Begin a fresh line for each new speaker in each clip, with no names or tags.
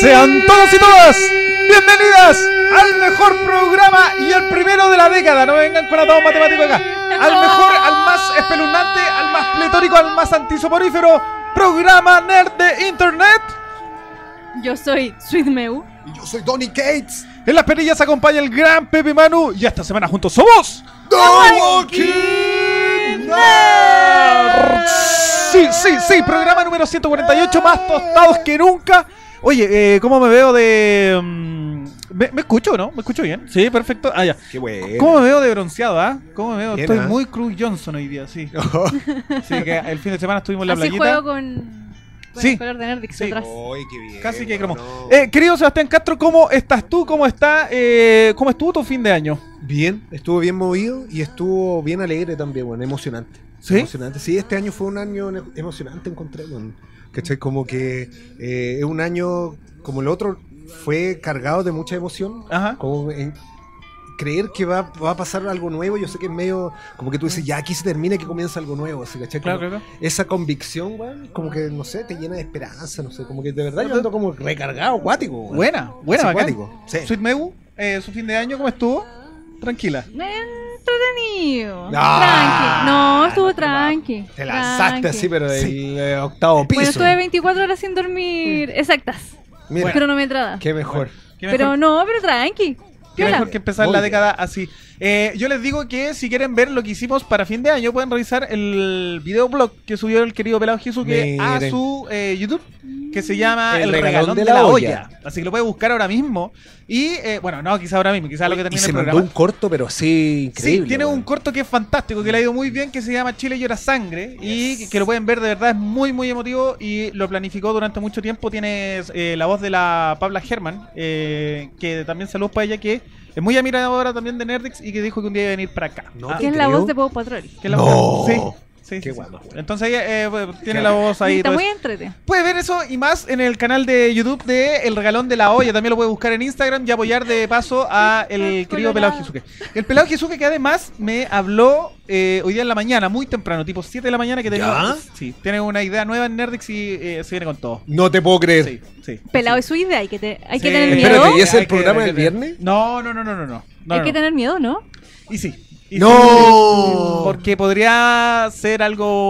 todos y todas, bienvenidas al mejor programa y el primero de la década. No me vengan con atados matemáticos acá. Al mejor, al más espeluznante, al más pletórico, al más antisoporífero programa nerd de internet.
Yo soy Sweet Meu.
Y yo soy Donny Cates.
En las perillas acompaña el gran Pepe Manu y esta semana juntos somos.
¡No Walking Nerds!
Sí, sí, sí, programa número 148, más tostados que nunca. Oye, eh, ¿cómo me veo de. mm, me, me escucho, ¿no? ¿Me escucho bien? Sí, perfecto. Ah, ya.
¡Qué bueno!
¿Cómo me veo de bronceado, ah? ¿Cómo me veo?
Bien,
Estoy
¿ah?
muy Cruz Johnson hoy día, sí. Sí, que el fin de semana estuvimos en la
Así
playita.
juego con, con
Sí.
el color de Nerdix
Sí.
atrás.
¡Ay, qué bien!
Casi que
bueno,
cromo. Eh, querido Sebastián Castro, ¿cómo estás tú? ¿Cómo está? eh, ¿Cómo estuvo tu fin de año?
Bien, estuvo bien movido y estuvo bien alegre también, bueno, emocionante.
¿Sí?
Emocionante. Sí, este año fue un año ne- emocionante, encontré, bueno. ¿Cachai? Como que eh, es un año, como el otro, fue cargado de mucha emoción.
Ajá.
Como en- creer que va, va a pasar algo nuevo, yo sé que es medio, como que tú dices, ya aquí se termina y que comienza algo nuevo, así, ¿cachai? Como
Claro, claro.
Esa convicción, weón, como que, no sé, te llena de esperanza, no sé, como que de verdad yo ando como recargado, acuático, weón.
Buena, buena,
Sí,
bacán.
acuático, sí.
Sweet Meu, eh, su fin de año, ¿cómo estuvo? Tranquila.
Entretenido.
Ah,
tranqui. No, estuvo
no,
tranqui.
Te lanzaste
tranqui.
así, pero del eh, octavo piso.
Bueno, estuve 24 horas sin dormir exactas.
Mira,
Cronometradas.
qué mejor.
¿Qué mejor
Pero no, pero tranqui.
Qué
Piola.
mejor que empezar
Muy
la
bien.
década así. Eh, yo les digo que si quieren ver lo que hicimos para fin de año, pueden revisar el videoblog que subió el querido Pelado Jisuke a
Miren.
su eh, YouTube, que se llama El,
El
Regalón, de la, olla. Así que lo puede buscar ahora mismo. Y, eh, bueno, no, quizá ahora mismo, quizá lo que
Y
termine
se
el
mandó
programa.
un corto, pero sí, increíble.
Sí, tiene
weón.
un corto que es fantástico, que le ha ido muy bien, que se llama Chile llora sangre y que- que lo pueden ver, de verdad es muy, muy emotivo y lo planificó durante mucho tiempo. Tiene eh, la voz de la Pabla Germán, eh, que también saludos para ella, que es muy admiradora también de Nerdix y que dijo que un día iba a venir para acá. Ah,
No,
Que es la voz de Pop Patrol.
que la-
No.
Sí, sí, sí,
Qué
sí.
guapa, güey.
Entonces ella eh, bueno, tiene
Qué
la voz ahí.
Está
todo
muy
eso.
entrete.
Puede ver eso y más en el canal de YouTube de El Regalón de la Olla. También lo puede buscar en Instagram y apoyar de paso a el
Colorado.
querido Pelado Jisuke. El Pelado Jisuke que además me habló eh, hoy día en la mañana, muy temprano, tipo 7 de la mañana, que tenía,
¿Ya?
sí, tiene una idea nueva en Nerdix y eh, se viene con todo.
No te puedo creer.
Sí, sí.
Pelado es su idea. Hay que, te- hay que
Sí.
tener miedo.
Eh. Espérate, ¿y ese es el
Hay que-
programa
hay
del
que-
viernes?
No, no, no, no, no, no. No,
hay
no,
que
no.
tener miedo, ¿no?
Y sí. Y
¡No!
sí, porque podría ser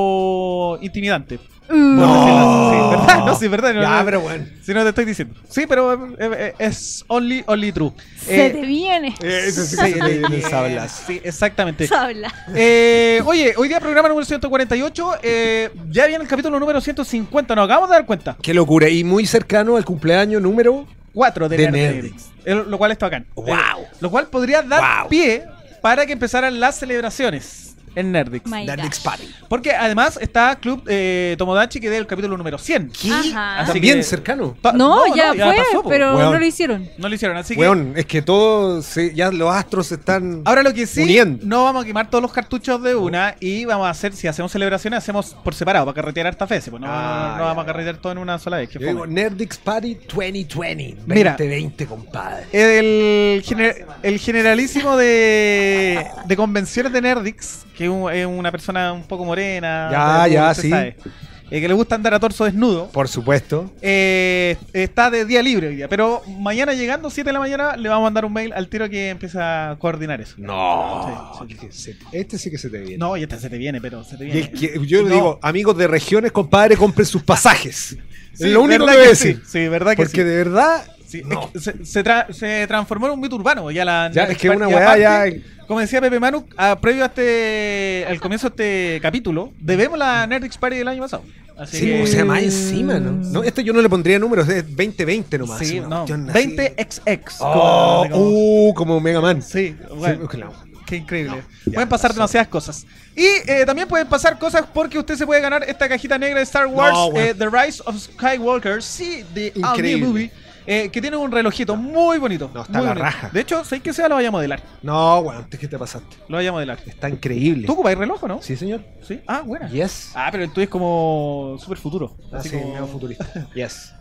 algo intimidante. por
Uh,
No.
decirlo así. Sí, ¿verdad? No, sí, ¿verdad? No,
Ya,
no.
pero bueno.
Si no te estoy diciendo. Sí, pero eh, eh, es only, only true.
Se
Eh,
te viene.
Eso sí,
sí,
le-
eh,
le sablas.
sí, exactamente.
Habla.
Eh, oye, hoy día programa número 148. eh, ya viene el capítulo número 150. Nos acabamos de dar cuenta.
Qué locura. Y muy cercano al cumpleaños número.
4 de,
De
Nerdix.
Nerdix.
Eh, Lo cual está bacán.
¡Wow!
Eh, lo cual podría dar
Wow.
pie para que empezaran las celebraciones en Nerdix.
My
Nerdix
gosh.
Party.
Porque además está Club eh, Tomodachi que del capítulo número 100.
¿Qué?
Ajá.
Así
También
que-
cercano.
Ta-
No, ya, fue,
pasó, po.
pero
Weón.
no lo hicieron.
No lo hicieron, así que.
Weón, es que todos. se- Ya los astros están.
Ahora lo que sí,
Uniendo. Oh.
no vamos a quemar todos los cartuchos de una y vamos a hacer, si hacemos celebraciones, hacemos por separado para carretear hartas veces. Pues no,
Ah,
no, no
ya,
vamos a
ya.
carretear todo en una sola vez. que
Yo digo,
fome.
Nerdix Party 2020.
Mira.
2020, compadre.
El, gener- el generalísimo de, de convenciones de Nerdix, que es un- es una persona un poco morena,
Ya,
eh,
ya,
usted
sí.
eh, que le gusta andar a torso desnudo.
Por supuesto.
eh, está de día libre hoy día, pero mañana llegando 7 de la mañana le vamos a mandar un mail al tiro que empieza a coordinar eso.
No.
Sí, sí.
que se- Este sí que se te viene.
No, y este se te viene, pero se te
Y
viene.
el que- yo le
No.
digo, amigos de regiones, compadre, compren sus pasajes.
Sí,
es lo único que
verdad
voy a
sí,
decir.
Sí, verdad que
Porque
sí.
de verdad.
Sí,
no.
es que se, se tra- se transformó en un mito urbano. Ya, la,
Ya, es que
y
una weá
aparte,
ya-
Como decía Pepe Manu, a- previo a este, al comienzo de este capítulo, debemos la Nerdix Party del año pasado. Así
Sí, pues,
que-
o sea, más encima, ¿no? No, Esto yo no le pondría números, es 2020 nomás.
sí,
una
no.
cuestión así.
20XX.
Oh,
como- como-
uh, como Mega Man.
sí, bueno.
claro.
Qué increíble.
ya,
pueden pasar
pasó.
demasiadas cosas. Y eh, también pueden pasar cosas porque usted se puede ganar esta cajita negra de Star Wars,
No, weón.
eh, The Rise of Skywalker, sí, The All New
Increíble.
Movie, eh, que tiene un relojito muy bonito.
No, está
muy
la
bonito.
raja.
De hecho, sé que sea lo vaya a modelar.
No, weón, ¿qué te pasaste?
Lo vaya a modelar.
Está increíble.
¿Tú ocupáis reloj o no?
Sí, señor.
Sí. Ah, buena.
Yes.
Ah, pero el tuyo es como súper futuro.
Así,
como-
medio futurista. Yes.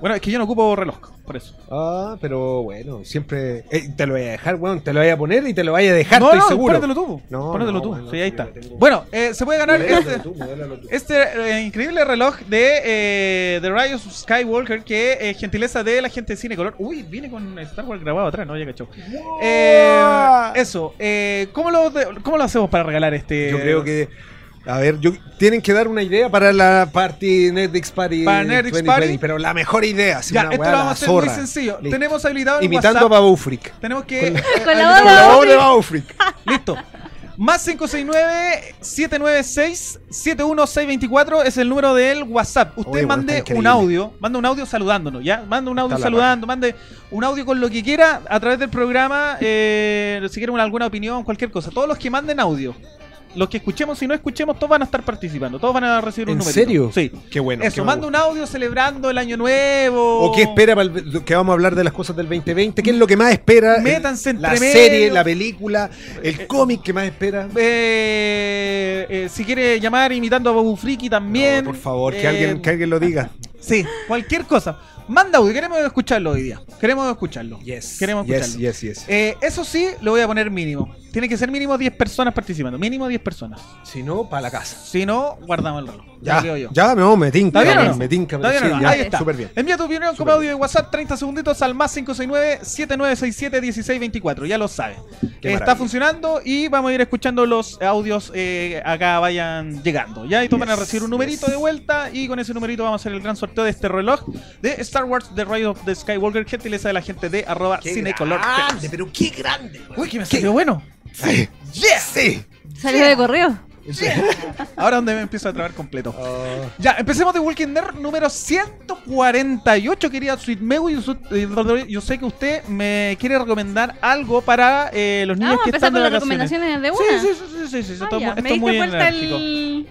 Bueno, es que yo no ocupo reloj, por eso.
Ah, pero bueno, siempre. Eh, te lo voy a dejar, weón. Te lo voy a poner y te lo voy a dejar, estoy seguro.
Pónetelo tú.
No,
Pónetelo
no,
tú.
bueno,
sí, ahí
yo
está.
lo tengo.
Bueno, eh, se puede ganar
Modélalo
este,
tú, modélalo tú.
este, eh, increíble reloj de eh, The Rise of Skywalker, que es gentileza de la gente de Cine Color. Uy, viene con Star Wars grabado atrás, no llega show. Eh, eso, eh, ¿cómo, lo, de- ¿cómo lo hacemos para regalar este?
Yo creo que. A ver, yo, tienen que dar una idea para la party Netflix Party.
Para Nerdix
2020,
Party.
Pero la mejor idea. así
Ya,
una
esto lo
weá,
vamos a
la
hacer
zorra.
muy sencillo.
Listo.
Tenemos habilitado el
Imitando a
WhatsApp.
Babufrik.
Tenemos que.
Con la-
eh,
Con la
habilitar-
voz de Babufrik.
de Babufrik.
Listo. Más 569-796-71624 es el número del WhatsApp. Usted
Oye, bueno,
mande
está
un
increíble.
audio, mande un audio saludándonos, ¿ya? Mande un audio
Está la
saludando, mande un audio con lo que quiera a través del programa, eh, si quieren alguna opinión, cualquier cosa. Todos los que manden audio, los que escuchemos y no escuchemos, todos van a estar participando, todos van a recibir un
¿En
numerito.
serio?
Sí.
Qué bueno. qué
Eso,
me
manda un audio celebrando el año nuevo.
¿O qué espera para el- que vamos a hablar de las cosas del 2020? ¿Qué es lo que más espera?
Métanse
El- La
entre
serie,
medio.
la película, el cómic que más espera.
Eh, eh, si quiere llamar imitando a Babu Friki también.
No, por favor, que
Eh,
alguien que alguien lo diga.
Sí, cualquier cosa. Manda audio, queremos escucharlo hoy día. Queremos escucharlo. Queremos
yes,
escucharlo.
yes, yes.
Eh, eso sí, lo voy a poner mínimo. Tiene que ser mínimo 10 personas participando. Mínimo 10 personas.
Si no, para la casa.
Si no, guardamos el reloj.
Ya,
creo yo.
ya, no, me tinca.
¿Está bien o
me-
no?
Me tinca,
¿Está bien
pero
o no?
sí, ya,
Ahí está.
Súper bien.
Envía tu opinión como
Súper
audio de WhatsApp 30 segunditos al más 569-7967-1624. Ya lo sabes.
Qué
Está
maravilla.
funcionando y vamos a ir escuchando los audios eh, acá vayan llegando. Ya y tú van a
Yes,
recibir un numerito
yes.
de vuelta y con ese numerito vamos a hacer el gran sorteo de este reloj de Star Wars The Rise of the Skywalker. Gentileza de la gente de arroba cinecolor.
grande, pero qué grande.
Uy, que me salió bueno.
Sí. Yes, sí.
Salió de correo.
Ahora donde me empiezo a trabar completo.
Oh,
Ya, empecemos de Walking Nerd número 148, querida Sweet Megu. y su- eh, Yo sé que usted me quiere recomendar algo para eh, los niños
Vamos a
que
empezar
están de
con las
vacaciones.
recomendaciones de
Sí,
una.
sí, sí, sí, sí, sí, esto
Ah,
es
ya,
mu- esto
me
es muy
diste vuelta
enérgico.
el...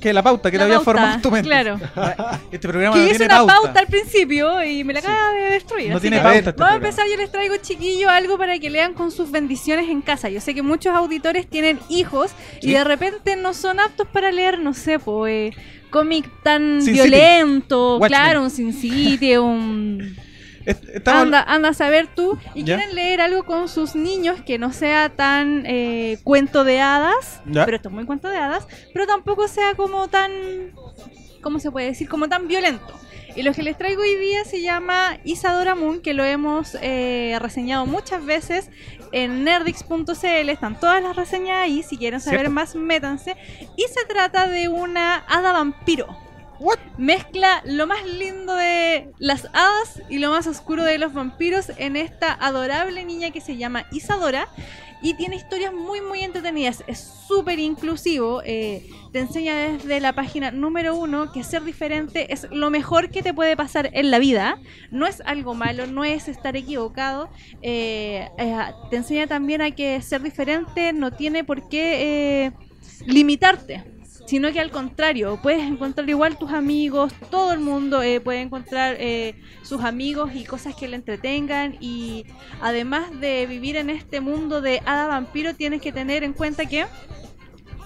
Que la pauta, que te
la
había
pauta,
formado en tu mente.
Claro.
Este programa
Que
no
hice
tiene
una pauta.
pauta.
al principio y me la acaba de destruir.
No
así
tiene
que
pauta
vamos
este
a
programa.
empezar, yo les traigo chiquillo algo para que lean con sus bendiciones en casa. Yo sé que muchos auditores tienen hijos
Sí.
y de repente no son aptos para leer, no sé, po, eh, cómic tan
Sin City.
violento,
Watchmen.
claro, un Sin City, un...
Est- estamos-
Anda, anda a saber tú. Y
Ya.
quieren leer algo con sus niños que no sea tan eh, cuento de hadas,
Ya.
pero esto es muy cuento de hadas, pero tampoco sea como tan, ¿cómo se puede decir? Como tan violento. Y lo que les traigo hoy día se llama Isadora Moon, que lo hemos eh, reseñado muchas veces en nerdix.cl. Están todas las reseñas ahí. Si quieren saber
Cierto.
más, métanse. Y se trata de una hada vampiro
What?
mezcla lo más lindo de las hadas y lo más oscuro de los vampiros en esta adorable niña que se llama Isadora y tiene historias muy muy entretenidas. Es súper inclusivo, eh, te enseña desde la página número uno que ser diferente es lo mejor que te puede pasar en la vida, no es algo malo, no es estar equivocado, eh, eh, te enseña también a que ser diferente no tiene por qué eh, limitarte sino que al contrario, puedes encontrar igual tus amigos, todo el mundo eh, puede encontrar eh, sus amigos y cosas que le entretengan y además de vivir en este mundo de hada vampiro tienes que tener en cuenta que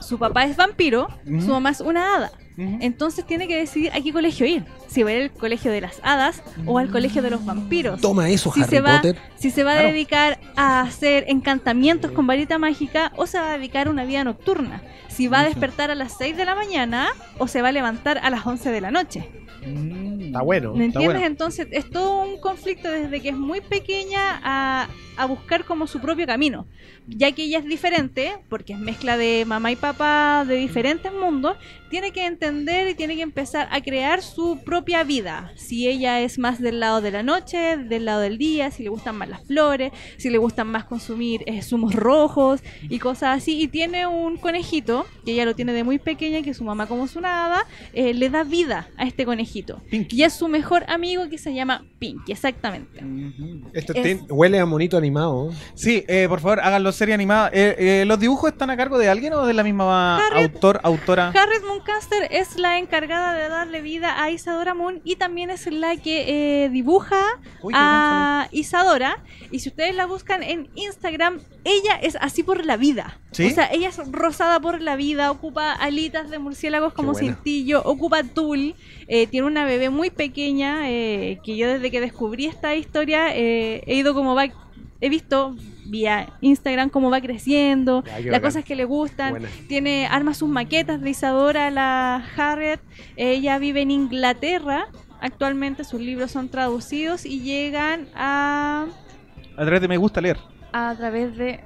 su papá es vampiro,
Ujú.
su mamá es una hada,
Ujú.
entonces tiene que decidir a qué colegio ir, si va a ir al colegio de las hadas o al colegio de los vampiros
Toma eso,
Si
Harry
se va-
Potter.
si se va a
Claro.
dedicar a hacer encantamientos con varita mágica o se va a dedicar a una vida nocturna, si va a
Buenísimo.
despertar a las 6 de la mañana o se va a levantar a las 11 de la noche.
Mm.
Está bueno.
¿Me
está
entiendes?
bueno.
Entonces es todo un conflicto desde que es muy pequeña a, a buscar como su propio camino, ya que ella es diferente, porque es mezcla de mamá y papá de diferentes mundos, tiene que entender y tiene que empezar a crear su propia vida. Si ella es más del lado de la noche, del lado del día, si le gustan más las flores, si le gustan más consumir eh, zumos rojos y cosas así. Y tiene un conejito, que ella lo tiene de muy pequeña, que su mamá como su nada, eh, le da vida a este conejito.
Pinky.
Y es su mejor amigo que se llama Pinky, exactamente.
Ujú.
Esto
Es-
tiene- huele a monito animado.
Sí, eh, por favor, háganlo serie animada. Eh, eh, ¿Los dibujos están a cargo de alguien o de la misma
Harriet-
autor, autora?
Harriet Muncaster es la encargada de darle vida a Isadora Moon y también es la que eh, dibuja
Uy, qué
a Ah, Isadora. Y si ustedes la buscan en Instagram, ella es así por la vida.
¿Sí?
O sea, ella es rosada por la vida, ocupa alitas de murciélagos como
buena.
cintillo, ocupa tul, eh, tiene una bebé muy pequeña eh, que yo desde que descubrí esta historia eh, he ido como va, he visto vía Instagram cómo va creciendo,
Ya, qué
las
bacán.
cosas que le gustan,
Buena.
tiene armas sus maquetas de Isadora, la Harriet. Ella vive en Inglaterra. Actualmente sus libros son traducidos y llegan a,
A través de me gusta leer.
a través de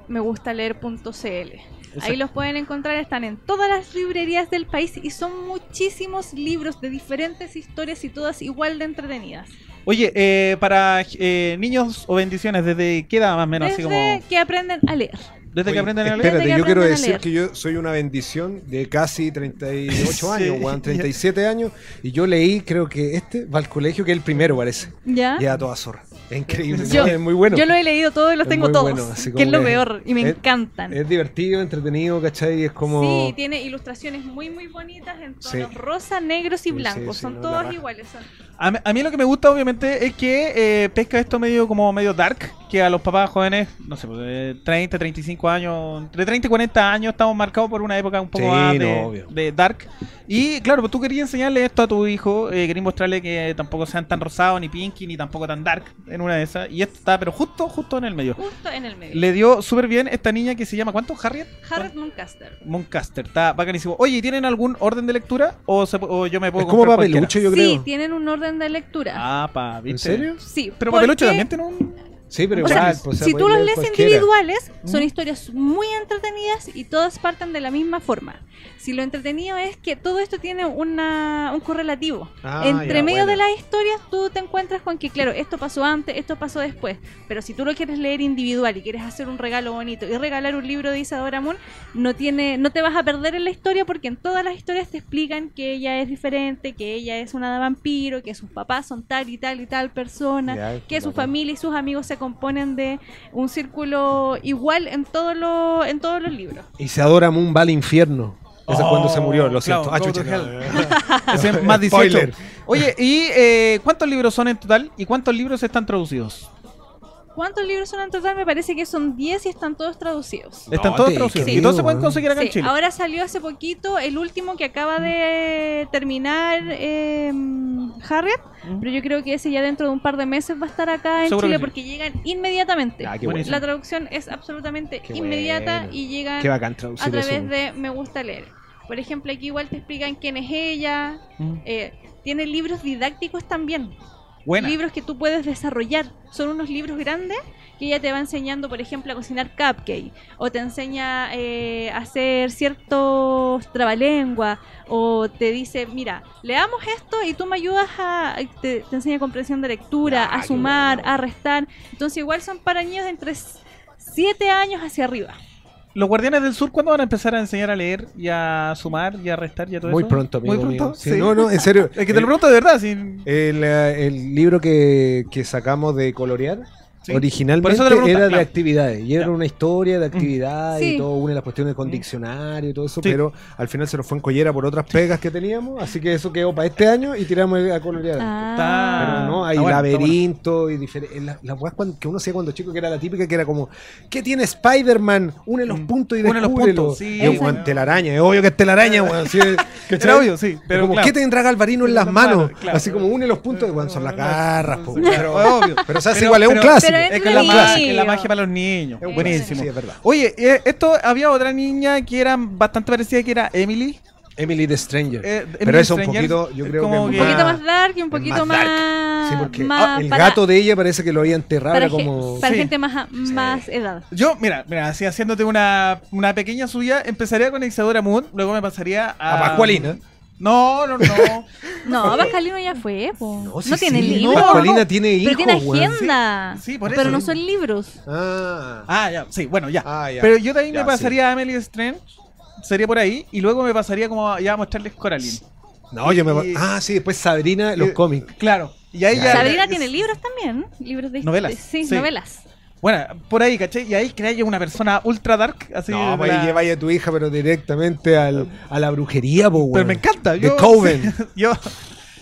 meguastaleer.cl. Ahí
Exacto.
los pueden encontrar, están en todas las librerías del país y son muchísimos libros de diferentes historias y todas igual de entretenidas.
Oye, eh, para eh, niños o bendiciones, ¿desde qué edad más o menos? así
Desde
como,
que aprenden a leer.
¿Desde que
Oye,
aprenden a leer?
Desde
Espérate,
que
yo quiero
aprendan a
decir
leer.
que yo soy una bendición de casi 38
Sí.
años, weón, 37 años, y yo leí, creo que este va al colegio, que es el primero, parece.
¿Ya?
Ya a toda zorra. Es increíble,
Ah. Yo-
¿no? es muy bueno.
Yo lo he leído todo y los
Es
tengo
muy
todos,
bueno, así
que es
como
lo
que-
peor y me
es- Eh,
encantan.
Es divertido, entretenido, ¿cachai? Es como...
Sí, tiene ilustraciones muy muy bonitas en tonos
Sí.
rosa, negros y
Sí,
blancos.
sí,
son
no, la
todos
raja.
iguales. son-
A, mí- a mí lo que me gusta, obviamente, es que eh, pesca esto medio como medio dark, que a los papás jóvenes, no sé, pues, de 30, 35 años, de 30 y 40 años estamos marcados por una época un poco
Sí,
más
no,
de,
obvio.
de dark. Y claro, pues tú querías enseñarle esto a tu hijo, eh, querías mostrarle que tampoco sean tan rosados, ni pinky, ni tampoco tan dark en una de esas. Y esto está, pero justo, justo en el medio.
Justo en el medio.
Le dio súper bien esta niña que se llama, ¿cuánto? Harriet.
Harriet Muncaster.
Moncaster, está bacanísimo. Oye, ¿tienen algún orden de lectura? ¿O, se- o yo me puedo
es como
comprar
papelucho,
cualquiera?
yo
Sí,
creo.
tienen un orden de lectura.
Ah, pa, ¿viste?
¿En serio?
Sí,
Pero
porque-
papelucho también tiene un...
Sí, pero
o sea,
igual, pues, o sea,
si
podéis
tú los
leer
lees
cualquiera.
individuales, son
Mm.
historias muy entretenidas y todas parten de la misma forma. Si lo entretenido es que todo esto tiene una, un correlativo.
Ah,
Entre
ya,
medio de
buena.
las historias tú te encuentras con que, claro, esto pasó antes, esto pasó después, pero si tú lo quieres leer individual y quieres hacer un regalo bonito y regalar un libro de Isadora Moon, no, tiene, no te vas a perder en la historia porque en todas las historias te explican que ella es diferente, que ella es una vampiro, que sus papás son tal y tal y tal persona,
Ya,
que su
bacán.
familia y sus amigos se componen de un círculo igual en todos los en todos los libros.
Isadora Moon va al infierno. Esa
Oh,
es cuando se murió, lo siento.
claro,
Ah,
go
chucha,
to
no.
Ese es más 18.
Spoiler.
Oye, ¿y eh, cuántos libros son en total? ¿Y cuántos libros están traducidos?
¿Cuántos libros son en total? Me parece que son 10 y están todos traducidos.
Están
No
todos
te
traducidos.
creo,
Y todos se pueden
¿eh?
conseguir acá en
Sí,
Chile.
ahora salió hace poquito el último que acaba de terminar eh, Harriet,
Mm.
pero yo creo que ese ya dentro de un par de meses va a estar acá en
Seguro
Chile
que sí.
porque llegan inmediatamente.
Ah, qué
Buenísimo.
bueno.
Este, La traducción es absolutamente
Qué
inmediata
bueno.
y llegan
Qué bacán
a
traducir eso.
través de Me gusta leer. Por ejemplo, aquí igual te explican quién es ella.
Mm.
eh, tiene libros didácticos también,
Buena.
libros que tú puedes desarrollar. Son unos libros grandes que ella te va enseñando, por ejemplo, a cocinar cupcake, o te enseña eh, a hacer ciertos trabalenguas, o te dice, mira, leamos esto y tú me ayudas a... Te, te enseña comprensión de lectura,
Ah,
a
qué
sumar,
bueno.
a restar. Entonces igual son para niños de entre 7 años hacia arriba.
¿Los Guardianes del Sur cuándo van a empezar a enseñar a leer y a sumar y a restar y a todo
Muy
eso?
pronto, amigo
Muy pronto.
mío. Sí,
sí.
No, Eh, no, en serio.
Es que te lo pregunto de verdad. sin-
El, eh, el libro que, que sacamos de colorear
Sí. Por
originalmente
eso te lo
era
preguntaba,
de
claro.
actividades y era
Ya.
una historia de actividades
Sí.
y todo une las cuestiones
Mm.
con diccionario y todo eso
Sí.
pero al final se nos fue en collera por otras pegas que teníamos así que eso quedó para este año y tiramos a colorear
Ah.
Pero no, hay
Ah, está bueno, está
laberinto y diferentes. Las la weas cuan- que uno hacía cuando chico, que era la típica, que era como, ¿qué tiene Spider-Man? Une los
Mm.
puntos y
Une los
descúbrelo.
puntos, sí,
Y yo,
sí.
weón, telaraña, es obvio que es telaraña, weón. Sí, ¿cachai?
Era obvio, sí. Pero
como,
claro.
¿qué tendrá Galvarino en
En
las
las
manos?
manos, claro.
Así como une los puntos, weón, son las garras, po,
Claro,
pero,
obvio.
pero se hace
Pero-
igual, es un
pero-
clásico.
pero
Es que es la,
Sí.
magia, es la magia para los niños.
Es un
Buenísimo.
clásico, Sí, es verdad.
Oye, eh, esto había otra niña que era bastante parecida, que era Emily.
Emily the Stranger.
Eh, Emily
pero eso un
Stranger,
poquito, yo
es
creo
como
que.
que-
Un poquito
Ah,
más dark y un poquito
más dark.
más...
Sí, porque
más
ah, el
para-
gato de ella parece que lo había enterrado,
para,
era
gen-
como.
para
Sí.
gente más, ah, más edad.
Yo, mira, mira, así haciéndote una, una pequeña subida, empezaría con Isadora Moon, luego me pasaría a.
A Pascualina.
No, no, no.
No, Pascalino ya fue, po. No,
sí,
tiene
sí,
libros.
Pascualina tiene hijos,
pero tiene
weón.
agenda.
sí, por
Pero
eso.
no son libros.
Ah.
Ah, ya, sí, bueno, ya.
Ah, ya.
Pero yo también
Ya,
me pasaría a Emily Strange, sería por ahí, y luego me pasaría como ya a mostrarles Coraline.
No, yo me.
Y-
Ah, sí, después Sabrina, los
Eh,
cómics.
Claro. Y ahí ya.
Sabrina
es-
tiene libros también. Libros de
Novelas,
de- sí,
sí.
novelas.
Bueno, por ahí, ¿cachai? Y ahí crea yo una persona ultra dark, así.
no,
de
pues
la-
ahí lleváis a tu hija, pero directamente al, a la brujería, po,
Pero
weón.
me encanta.
The
Yo,
Coven.
yo,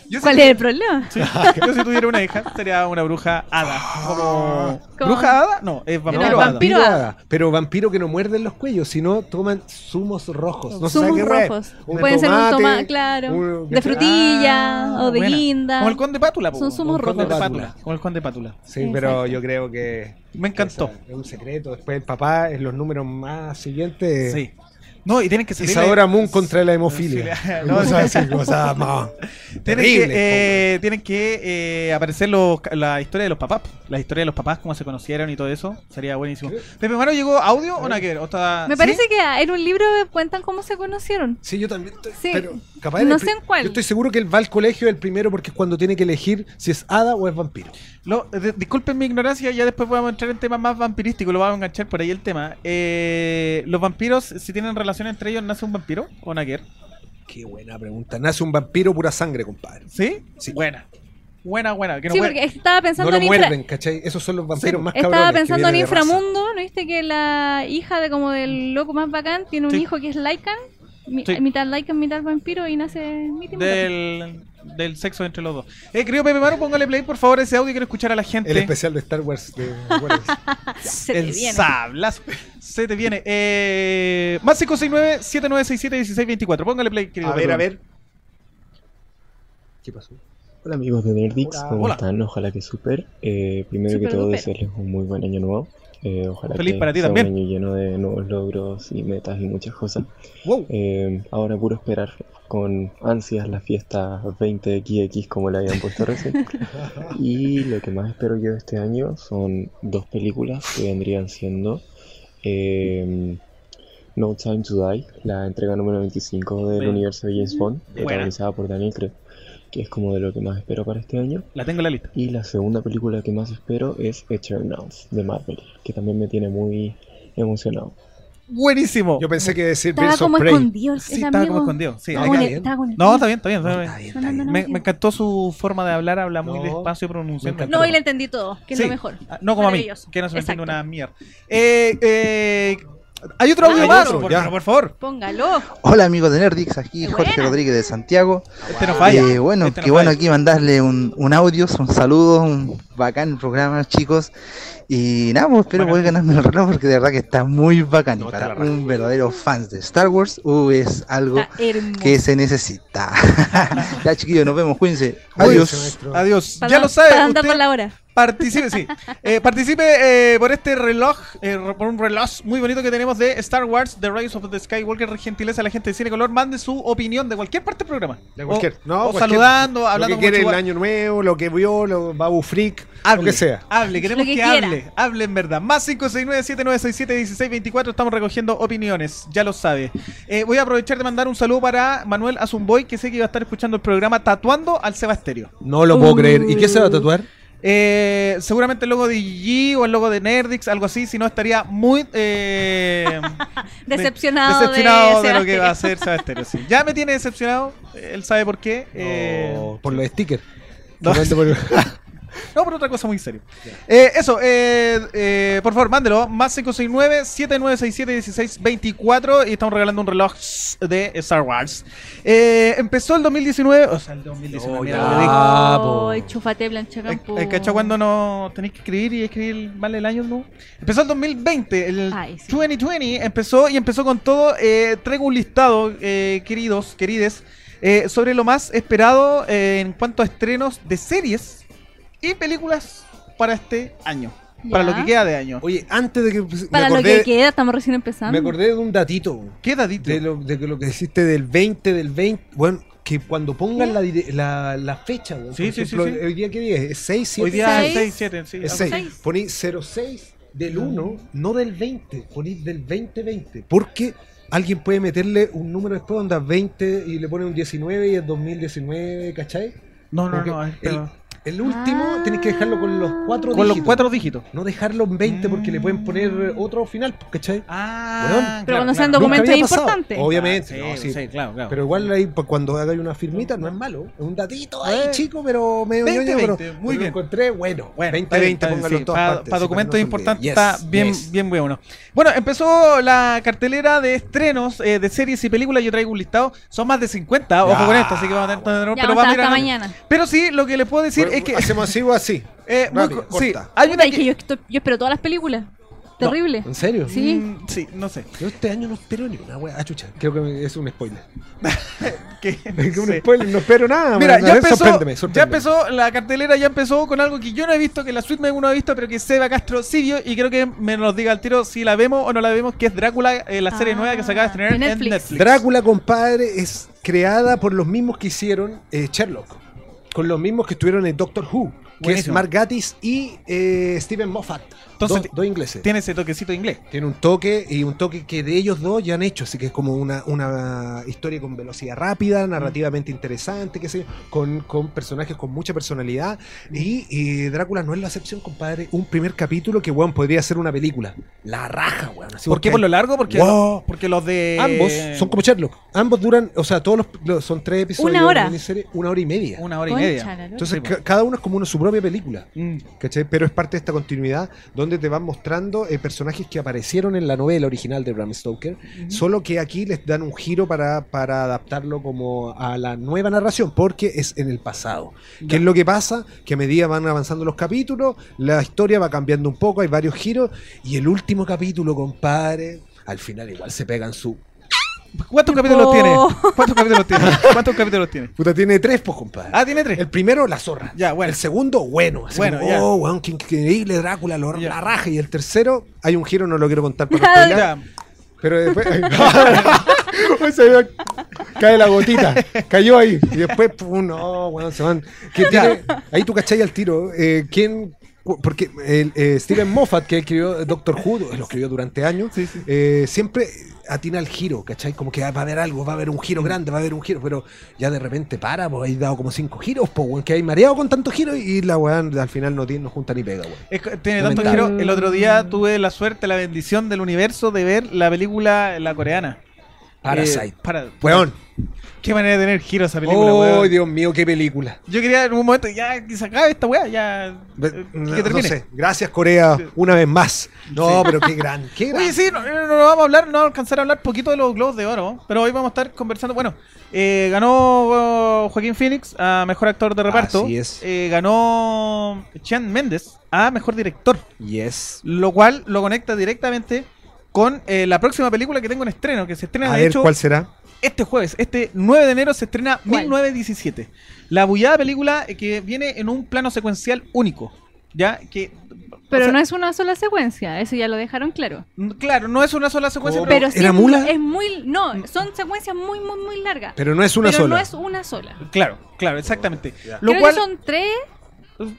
Yo
¿Cuál
si,
es el problema?
sí, yo si tuviera una hija, sería una bruja hada. Como-
Como-
¿Bruja hada? No, es vampiro
No,
hada.
vampiro- hada.
hada. Pero vampiro que no muerden los cuellos, sino toman zumos rojos. No se sabe
Zumos
qué hueá.
rojos.
Un
Pueden ser un
tomate,
tomate, claro.
un-
de frutilla
Ah,
o de
buena.
guinda.
Como el conde pátula. po,
Son
como
zumos
el conde
rojos.
Pátula, Como el conde pátula.
Sí,
Exacto.
pero yo creo que.
Me encantó.
esa Es un secreto. Después el papá es los números más siguientes.
Sí. No, y tienen que salir. eh,
Isadora Eh, Moon contra la hemofilia.
No,
Cosas así, cosas más
Tienen
terribles,
que, eh, tienen que eh, aparecer los, la historia de los papás. La historia de los papás, cómo se conocieron y todo eso. Sería buenísimo. Pepe Maro llegó audio o nada que ver. ¿O está-
Me
Ah, ¿Sí?
parece que en un libro cuentan cómo se conocieron.
Sí, yo también. estoy-
Sí.
Pero capaz era
No
el
sé
pri-
en cuál.
Yo estoy seguro que él va al colegio el primero porque es cuando tiene que elegir si es hada o es vampiro.
Lo- de- disculpen mi ignorancia, ya después vamos a entrar en temas más vampirísticos, lo vamos a enganchar por ahí el tema. Eh, ¿Los vampiros, si tienen relación entre ellos, nace un vampiro o Naker?
Qué buena pregunta. Nace un vampiro pura sangre, compadre.
¿Sí?
Sí.
Buena. Buena, buena. Que no
sí,
puede-
porque estaba pensando
no
en
lo
infra-
muerden, ¿cachai? Esos son los vampiros
Sí,
más cabrones.
Estaba
que
pensando en
vienen de raza.
Inframundo, ¿no viste que la hija de como del loco más bacán tiene un
Sí.
hijo que es Lycan? Mi-
Sí.
Mitad Lycan, mitad vampiro y nace Mitty Moore.
del, del sexo entre los dos. Eh, querido Pepe Maro, póngale play por favor ese audio, quiero escuchar a la gente.
El especial de Star Wars. De Warriors.
Ah, Se te
El
viene.
sablazo. Se te viene. Eh, más 569-7967-1624. Póngale play, querido. Pepe Maro.
¿Qué pasó?
Hola amigos de Nerdix,
Hola.
¿cómo
Hola.
están? Ojalá que super. Eh, primero
Super
que todo
duper.
desearles un muy buen año nuevo. Eh, ojalá
Feliz
que
para ti
sea
también.
un año lleno de nuevos logros y metas y muchas cosas.
Wow.
Eh, ahora puro esperar con ansias la fiesta 20XX como la habían puesto recién. y lo que más espero yo este año son dos películas que vendrían siendo eh, No Time to Die, la entrega número 25 del
Bueno.
universo de James Bond,
Buena.
protagonizada por Daniel Craig, que es como de lo que más espero para este año.
La tengo en la lista.
Y la segunda película que más espero es Eternals de Marvel, que también me tiene muy emocionado.
Buenísimo.
Yo pensé que iba a decir
Estaba
Birds of
como
Prey.
escondido. el
sí, estaba como
amigo.
escondido. Sí,
No,
hay
Estaba con
que-
el- estaba con el-
no, está bien, está bien. está bien.
Está bien,
No,
está
no, no,
bien.
no,
Me,
entiendo.
me encantó su forma de hablar, habla muy
No.
despacio pronunciando.
Me
No,
encantó.
y le entendí todo, que es
Sí.
lo mejor.
Ah, no como a mí,
Maravilloso.
que no se me entiende
Exacto.
una mierda. Eh, eh, hay otro
Ah,
audio
hay
más,
otro,
por,
ya.
pero por favor.
Póngalo.
Hola amigos de Nerdix, aquí
Qué
Jorge
buena.
Rodríguez de Santiago.
Ah,
Este no falla.
Eh, bueno,
Este no
qué bueno
falla.
aquí mandarle un, un audio, un saludo, un bacán programa, chicos. Y nada, pues, espero
Bacán.
poder ganarme el reloj porque de verdad que está muy bacán.
No,
y
está la
para
raja.
un verdadero fan de Star Wars, uh, es algo
Está hermoso.
que se necesita. ya chiquillos, nos vemos, cuídense.
Cuídense,
Adiós.
maestro.
Adiós.
Para-
ya lo sabe.
Para andar
usted
con la hora.
Participe, sí. Eh, participe eh, por este reloj, eh, re- por un reloj muy bonito que tenemos de Star Wars, The Rise of the Skywalker, gentileza a la gente de Cine Color. Mande su opinión de cualquier parte del programa.
De cualquier.
O,
no,
o
cualquier-
Oh, saludando, hablando
Lo que
con
quiere el
Chihuahua.
año nuevo, lo que vio, lo Babu Freak,
Hable,
lo que sea.
Hable, queremos
Lo
que,
que quiera.
hable. Hable en verdad. Más 569-7967-1624. Estamos recogiendo opiniones, ya lo sabe. Eh, voy a aprovechar de mandar un saludo para Manuel Azumboy, que sé que iba a estar escuchando el programa Tatuando al Sebasterio.
No lo puedo creer. ¿Y qué se va a tatuar?
Eh, seguramente el logo de G o el logo de Nerdix, algo así, si no estaría muy eh, de-
Decepcionado.
decepcionado de,
Seba
lo que va a
Stereo.
hacer Sebastián. sí. Ya me tiene decepcionado, él sabe por qué. eh,
Oh, por los stickers.
no,
Solamente por-
no, por otra cosa muy seria. Eh, eso, eh, eh, por favor, mándelo. Más 569-7967-1624 y estamos regalando un reloj de Star Wars. Eh, empezó el 2019, o sea, el 2019.
Oh,
mira, le
ya.
dije.
Ah, po.
pues.
Ay, chúfate, Blanchacampo.
¿Has cachado Eh, cuando no tenéis que escribir y escribir mal el año? No. Empezó el 2020, el
Ay, sí.
2020 empezó y empezó con todo. Eh, traigo un listado, eh, queridos, querides, eh, sobre lo más esperado eh, en cuanto a estrenos de series y películas para este año. Para
Ya.
lo que queda de año.
Oye, antes de que.
Para
me
lo
acordé,
que queda, estamos recién empezando.
Me acordé de un datito.
Queda dito.
De lo, de que lo que hiciste del 20, del 20. Bueno, que cuando pongan
¿Sí?
la, dire- la, la fecha, weón,
Sí,
por
sí, sí,
ejemplo,
sí.
¿Hoy día qué día es? ¿Es 6, 7?
Hoy día
Seis.
es 6, 7, sí.
Es
algo
seis.
6. Poní 06 del 1, no del 20. Poní del 2020. Porque alguien puede meterle un número después, onda 20 y le pone un 19 y es 2019, ¿cachai?
así. No, no,
Porque
no. es-
el- El último
Ah.
tenés que dejarlo con los cuatro
Con los
dígitos.
cuatro Mm. dígitos.
No dejarlo en 20 porque le pueden poner otro final, pues, ¿cachai?
Ah,
Weón.
Pero cuando sean
Nunca
documentos
había pasado.
importantes.
Obviamente,
Ah, sí,
no, sí.
sí, claro, claro.
Pero igual ahí pues, cuando hagáis una firmita no es malo. Es un datito ahí,
Eh.
chico, pero medio
20,
ñoño, pero-
20, muy
pero lo
bien.
encontré bueno.
Bueno,
20,
está bien,
20,
está bien,
póngalo
sí,
en todas
pa-
partes.
Para
sí,
documentos
no se olvide.
importantes
Yes,
está bien,
yes.
bien bueno. Bueno, empezó la cartelera de estrenos eh, de series y películas. Yo traigo un listado. Son más de 50, ojo
Ya,
con esto, así que vamos a tener...
Ya,
pero,
vamos
vamos a
hasta
ir a-
mañana.
pero sí, lo que les puedo decir es que...
¿Hacemos así o así?
eh, muy
rápido,
co- sí,
corta.
hay
Puta,
una
es que
que...
yo, esto- yo espero todas las películas. Terrible.
¿En serio?
Sí.
Mm, sí, no sé.
Yo este año no espero ni una wea. Ah, chucha, creo que me- es un spoiler.
que-
Es que un
sí.
spoiler, no espero nada.
Mira,
man.
ya
A ver,
empezó,
sorpréndeme, sorpréndeme.
ya empezó, la cartelera ya empezó con algo que yo no he visto, que la suite me uno ha visto, pero que Seba Castro sí vio y creo que me nos diga al tiro si la vemos o no la vemos, que es Drácula, eh, la serie
Ah,
nueva que se acaba de estrenar
de Netflix.
en Netflix.
Drácula, compadre, es creada por los mismos que hicieron eh, Sherlock. Con los mismos que estuvieron en Doctor Who. Que es
Buenísimo.
Mark Gatiss y eh, Steven Moffat.
Entonces,
dos, dos ingleses.
Tiene ese toquecito de inglés.
Tiene un toque y un toque que de ellos dos ya han hecho, así que es como una, una historia con velocidad
Mm.
rápida, narrativamente interesante, qué sé yo, con, con personajes con mucha personalidad. Y, y Drácula no es la excepción, compadre. Un primer capítulo que, weón, podría ser una película. La raja, weón. Así
¿Por qué
porque
por lo largo? Porque,
Wow.
porque los de...
Ambos son como Sherlock. Ambos duran, o sea, todos los, los- son tres episodios.
Una hora.
de miniserie, una hora y media.
Una hora y
Concha
media.
la lora.
Entonces,
Sí,
ca- cada uno es como una, su propia película.
Mm.
¿Cachai? Pero es parte de esta continuidad donde te van mostrando eh, personajes que aparecieron en la novela original de Bram Stoker, solo que aquí les dan un giro para, para adaptarlo como a la nueva narración, porque es en el pasado. ¿Qué es lo que pasa? Que a medida van avanzando los capítulos, la historia va cambiando un poco, hay varios giros, y el último capítulo, compadre, al final igual se pegan su...
¿Cuántos capítulos tiene? ¿Cuántos capítulos tiene? ¿Cuántos capítulos tiene?
Puta, tiene tres, pues, compadre.
Ah, tiene tres.
El primero, la zorra.
Ya, bueno.
El segundo, bueno. Así
Bueno,
como,
ya.
oh, weón, qué increíble Drácula, lo-
Ya.
la raja. Y el tercero, hay un giro, no lo quiero contar para no spoilear,
Ya.
Pero después. Ay, se ve- cae la gotita. Cayó ahí. Y después, pum, no, weón, se van. Que tiene- ahí tú cachai al tiro. eh, ¿Quién.? cu- Porque el, eh, Steven Moffat, que escribió Doctor Who, lo escribió durante años,
Sí, sí.
eh, siempre atina al giro, ¿cachai? Como que ah, va a haber algo, va a haber un giro grande, va a haber un giro, pero ya de repente para, pues hay dado como cinco giros, pues, weón, que hay mareado con tantos giros y la weá al final no, tiene, no junta ni pega, weón.
Es que tiene tanto
Lamentable.
giro. El otro día tuve la suerte, la bendición del universo de ver la película, la coreana.
Parasite.
Eh, para,
Weón.
Qué manera de tener giro esa película,
oh,
weón.
Dios mío, qué película.
Yo quería en un momento ya que se acabe esta weá, ya eh,
Ve-
que
no,
termine.
no sé. Gracias, Corea, una vez más. No, pero qué gran, qué gran.
Oye, sí, no, eh, no- no vamos a hablar, no vamos a alcanzar a hablar poquito de los globos de oro, pero hoy vamos a estar conversando. Bueno, eh, ganó eh, Joaquín Phoenix a mejor actor de reparto.
Así es.
Eh, ganó Chan Méndez a mejor director,
Yes.
lo cual lo conecta directamente con eh, la próxima película que tengo en estreno, que se estrena
A
de
ver
hecho
cuál será.
este jueves, este 9 de enero se estrena
¿Cuál?
1917. La bullada película eh, que viene en un plano secuencial único, ¿ya? Que
Pero
o sea,
no es una sola secuencia, eso ya lo dejaron claro.
n- claro, no es una sola secuencia,
¿Cómo?
Pero
pero,
sí
¿Era
es-
mula?
es muy no, son secuencias muy muy muy largas. Pero,
Pero no es una sola.
no es una sola.
claro, claro, exactamente. Lo
Creo
cual
que son tres,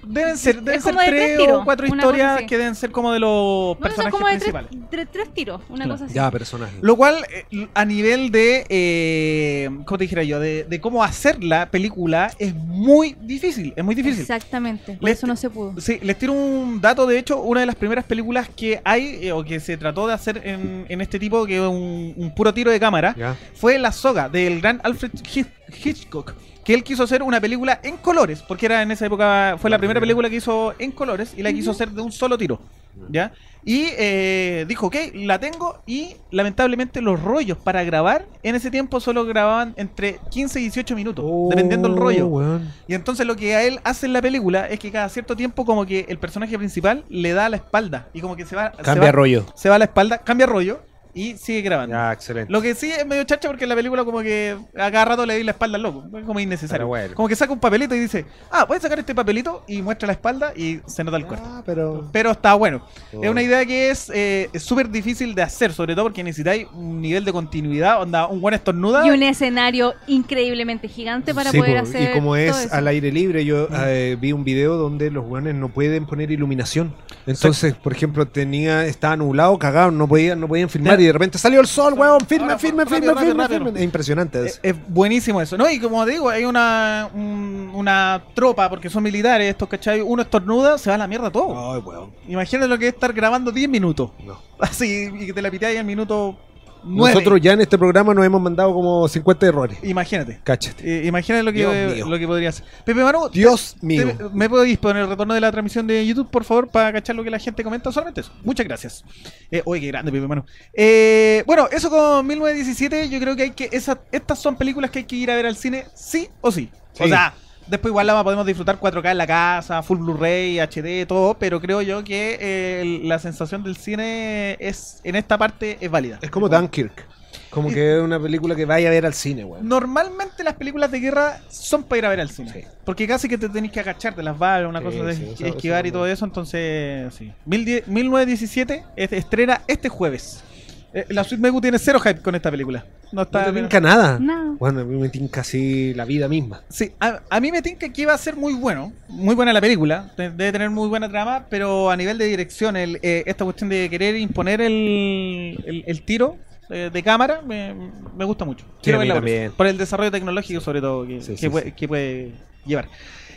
deben ser, deben
es
ser
como de tres
tres
tiros,
o cuatro
una cosa
historias
así.
que deben ser como de los
no, son
personajes
como de tres,
principales.
de tres tiros, una
Claro.
cosa así.
Ya, personaje.
Lo cual, eh, a nivel de, eh, ¿cómo te dijera yo? De, de cómo hacer la película es muy difícil, es muy difícil.
Exactamente, por
Le-
eso no se pudo.
Sí, les tiro un dato, de hecho, una de las primeras películas que hay eh, o que se trató de hacer en, en este tipo, que es un, un puro tiro de cámara,
Ya.
fue La Soga, del gran Alfred Hitch- Hitchcock, que él quiso hacer una película en colores, porque era en esa época, fue la primera película que hizo en colores y la quiso hacer de un solo tiro, ¿ya? Y eh, dijo, ok, la tengo y lamentablemente los rollos para grabar en ese tiempo solo grababan entre 15 y 18 minutos, dependiendo del rollo.
Oh, weón.
Y entonces lo que a él hace en la película es que cada cierto tiempo como que el personaje principal le da la espalda y como que se va, se
Cambia
va,
rollo.
se va a la espalda, cambia rollo y sigue grabando.
Ya, excelente.
Lo que sí es medio chacha porque en la película como que a cada rato le di la espalda al loco, es como innecesario.
Pero bueno.
Como que saca un papelito y dice, ah, puedes sacar este papelito y muestra la espalda y se nota el cuerpo.
Ah, pero.
Pero está bueno. Es una
Oh.
idea que es eh, es súper difícil de hacer, sobre todo porque necesitáis un nivel de continuidad, onda, un buen estornuda.
Y un escenario increíblemente gigante para
Sí,
poder
po,
hacer
y como
todo
es
eso.
al aire libre,
Mm.
yo eh, vi un video donde los weones no pueden poner iluminación. Entonces, por ejemplo, tenía estaba nublado, cagaron, no podían, no podían filmar
Claro,
y y de repente salió el sol, weón, firme,
Ahora,
firme,
rápido,
firme,
rápido,
firme,
rápido.
firme. Es impresionante eso.
Es, eh, es buenísimo eso, ¿no? Y como te digo, hay una, un- una tropa, porque son militares estos, ¿cachai? Uno estornuda, se va a la mierda todo.
Ay, weón.
Imagínate lo que es estar grabando 10 minutos.
No.
Así, y que te la piteáis al minuto 9.
Nosotros ya en este programa nos hemos mandado como 50 errores.
Imagínate.
Cáchate.
Eh, imagínate lo
Dios
que,
mío.
lo que podría hacer. Pepe Manu,
Dios
te-
mío.
¿me podéis poner el retorno de la transmisión de YouTube, por favor, para cachar lo que la gente comenta? Solamente eso. Muchas gracias. Eh, oye, qué grande, Pepe Manu. Eh, bueno, eso con 1917, yo creo que hay que. esa- estas son películas que hay que ir a ver al cine, sí o sí. O
Sí.
sea. Después igual la podemos disfrutar 4K en la casa, full Blu-ray, HD, todo, pero creo yo que eh, la sensación del cine es en esta parte es válida.
Es como Dunkirk. Como que es una película que vaya a ver al cine, weón.
Normalmente las películas de guerra son para ir a ver al cine.
Sí.
Porque casi que te tenés que agachar de las balas, una
Sí,
cosa de
sí, eso-
esquivar
eso
y todo
no.
eso. Entonces, sí. 1010 1917 es- estrena este jueves. Eh, la Sweet Megu tiene cero hype con esta película. No
No
está.
te tinca nada.
Nada.
Bueno, a mí me tinca así la vida misma.
Sí, a, a mí me tinca que iba a ser muy bueno, muy buena la película, de- debe tener muy buena trama, pero a nivel de dirección, el, eh, esta cuestión de querer imponer el, el- el tiro eh, de cámara me, me gusta mucho. Quiero
a mí
verla por
también.
eso, por el desarrollo tecnológico sobre todo que,
Sí,
que
sí,
puede,
sí.
que puede llevar.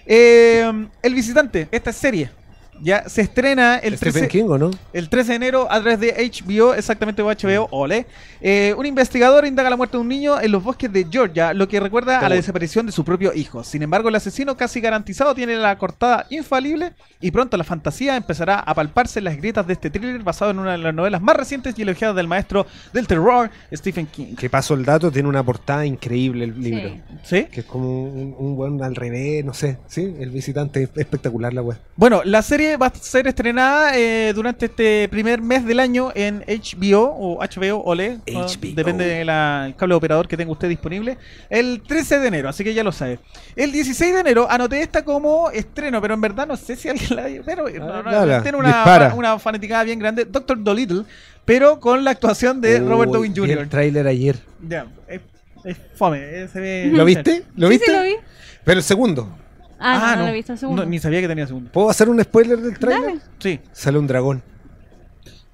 Eh, el visitante, esta es serie, ya se estrena el
Stephen
13
King, ¿o no?
el 13 de enero, a través de HBO, exactamente o HBO, ole. eh, un investigador indaga la muerte de un niño en los bosques de Georgia, lo que recuerda a la desaparición de su propio hijo. Sin embargo, el asesino casi garantizado tiene la cortada infalible y pronto la fantasía empezará a palparse en las grietas de este thriller basado en una de las novelas más recientes y elogiadas del maestro del terror, Stephen King.
Que paso el dato, tiene una portada increíble el libro.
Sí.
¿Sí?
Que es como un, un weón al revés, no sé. Sí, el visitante es espectacular la weón.
Bueno, la serie va a ser estrenada eh, durante este primer mes del año en HBO o HBO OLE, ¿no?
HBO.
depende del cable operador que tenga usted disponible, el 13 de enero, así que ya lo sabe. El 16 de enero anoté esta como estreno, pero en verdad no sé si alguien la vio, pero no, no,
dala,
tiene una,
Ah, dispara.
fa- una fanaticada bien grande, Doctor Dolittle, pero con la actuación de Robert Downey
Uy, vi
Jr.
El tráiler ayer.
Ya, es, es fome, eh, se ve...
¿Lo viste? ¿Lo
Sí,
viste?
sí, lo vi.
Pero el segundo.
Ah, no, no, lo he visto. el segundo.
no, ni sabía que tenía segundo.
¿Puedo hacer un spoiler del tráiler?
Dale.
Sí.
Sale un dragón.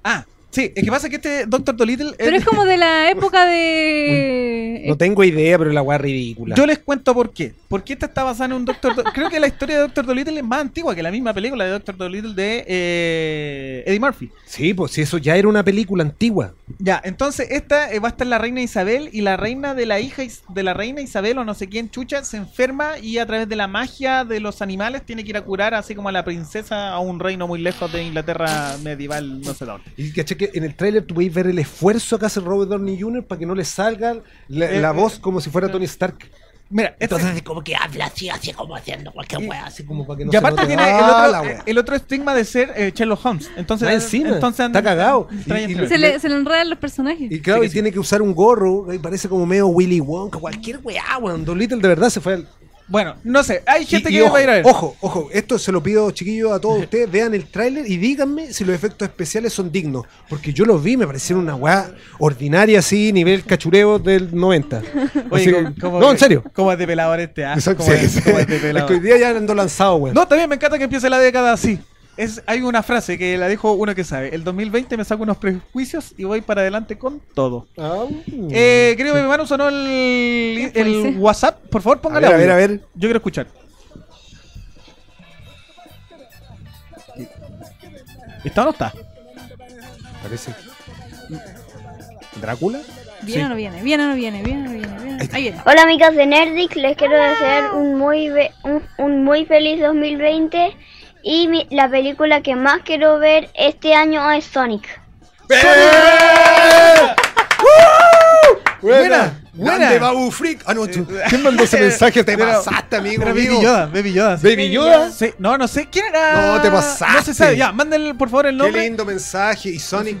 Ah, sí, es que pasa que este Doctor Dolittle... es-
Pero es como de la época de. eh,
No tengo idea, pero la weá es ridícula.
Yo les cuento por qué. Porque esta está basada en un Doctor Do- Creo que la historia de Doctor Dolittle es más antigua que la misma película de Doctor Dolittle de eh, Eddie Murphy.
Sí, pues si eso ya era una película antigua.
Ya, entonces esta eh, va a estar la reina Isabel y la reina de la hija Is- de la reina Isabel o no sé quién chucha se enferma y a través de la magia de los animales tiene que ir a curar así como a la princesa a un reino muy lejos de Inglaterra medieval, no sé dónde.
Y caché que en el tráiler tú podéis ver el esfuerzo que hace Robert Downey Jr. para que no le salga la,
Eh,
la
eh,
voz como si fuera Tony Stark.
Mira, este-
Entonces como que habla así, así como haciendo cualquier weá, así como para que no
y aparte
se note.
tiene el
Ah,
otro,
la weá.
el otro estigma de ser eh, Sherlock Holmes. Entonces,
Más encima, está cagado.
trae
Y- y-
entre-
Se le, se le enredan los personajes.
Y claro, y tiene que usar un gorro, y parece como medio Willy Wonka, cualquier weá, weón. Don Little de verdad se fue al...
Bueno, no sé, hay gente
Y- y
que
ojo,
va a ir a ver.
Ojo, ojo, esto se lo pido, chiquillos, a todos ustedes. Vean el tráiler y díganme si los efectos especiales son dignos. Porque yo los vi, me parecieron una weá ordinaria, así, nivel cachureo del 90. Así
Oye,
que-
como- como
no,
que-
en serio.
Como es de pelador este, ah.
Exacto,
Como
sí,
es,
sí.
como es de
Es
pelador.
que hoy día ya ando lanzado, weón.
No, también me encanta que empiece la década así. Es, hay una frase que la dijo uno que sabe. El 2020 me saco unos prejuicios y voy para adelante con todo.
Ah, mm.
Eh, creo que mi hermano sonó el,
¿Qué fue
el
ese?
WhatsApp. Por favor,
a,
póngale
ver, a
audio.
ver, a ver.
Yo quiero escuchar. ¿Está o no está?
Parece. ¿Drácula?
Viene o no viene, viene o no viene, viene o no viene, viene o no- Ahí viene.
Hola amigos de Nerdix, les quiero desear un muy, be- un, un muy feliz 2020 y mi- la película que más quiero ver este año es Sonic.
¡Eh! Buena, buena.
Grande Babu Freak. Ah, no, tú- ¿quién mandó ese mensaje? Te
Pero-
pasaste, amigo.
Era Baby
mío.
Yoda, Baby Yoda. sí.
Baby Yoda.
Sí, no, no sé quién era.
No, te pasaste.
No se sabe. Ya, mándenle por favor el
Qué
nombre.
lindo mensaje. Y Sonic.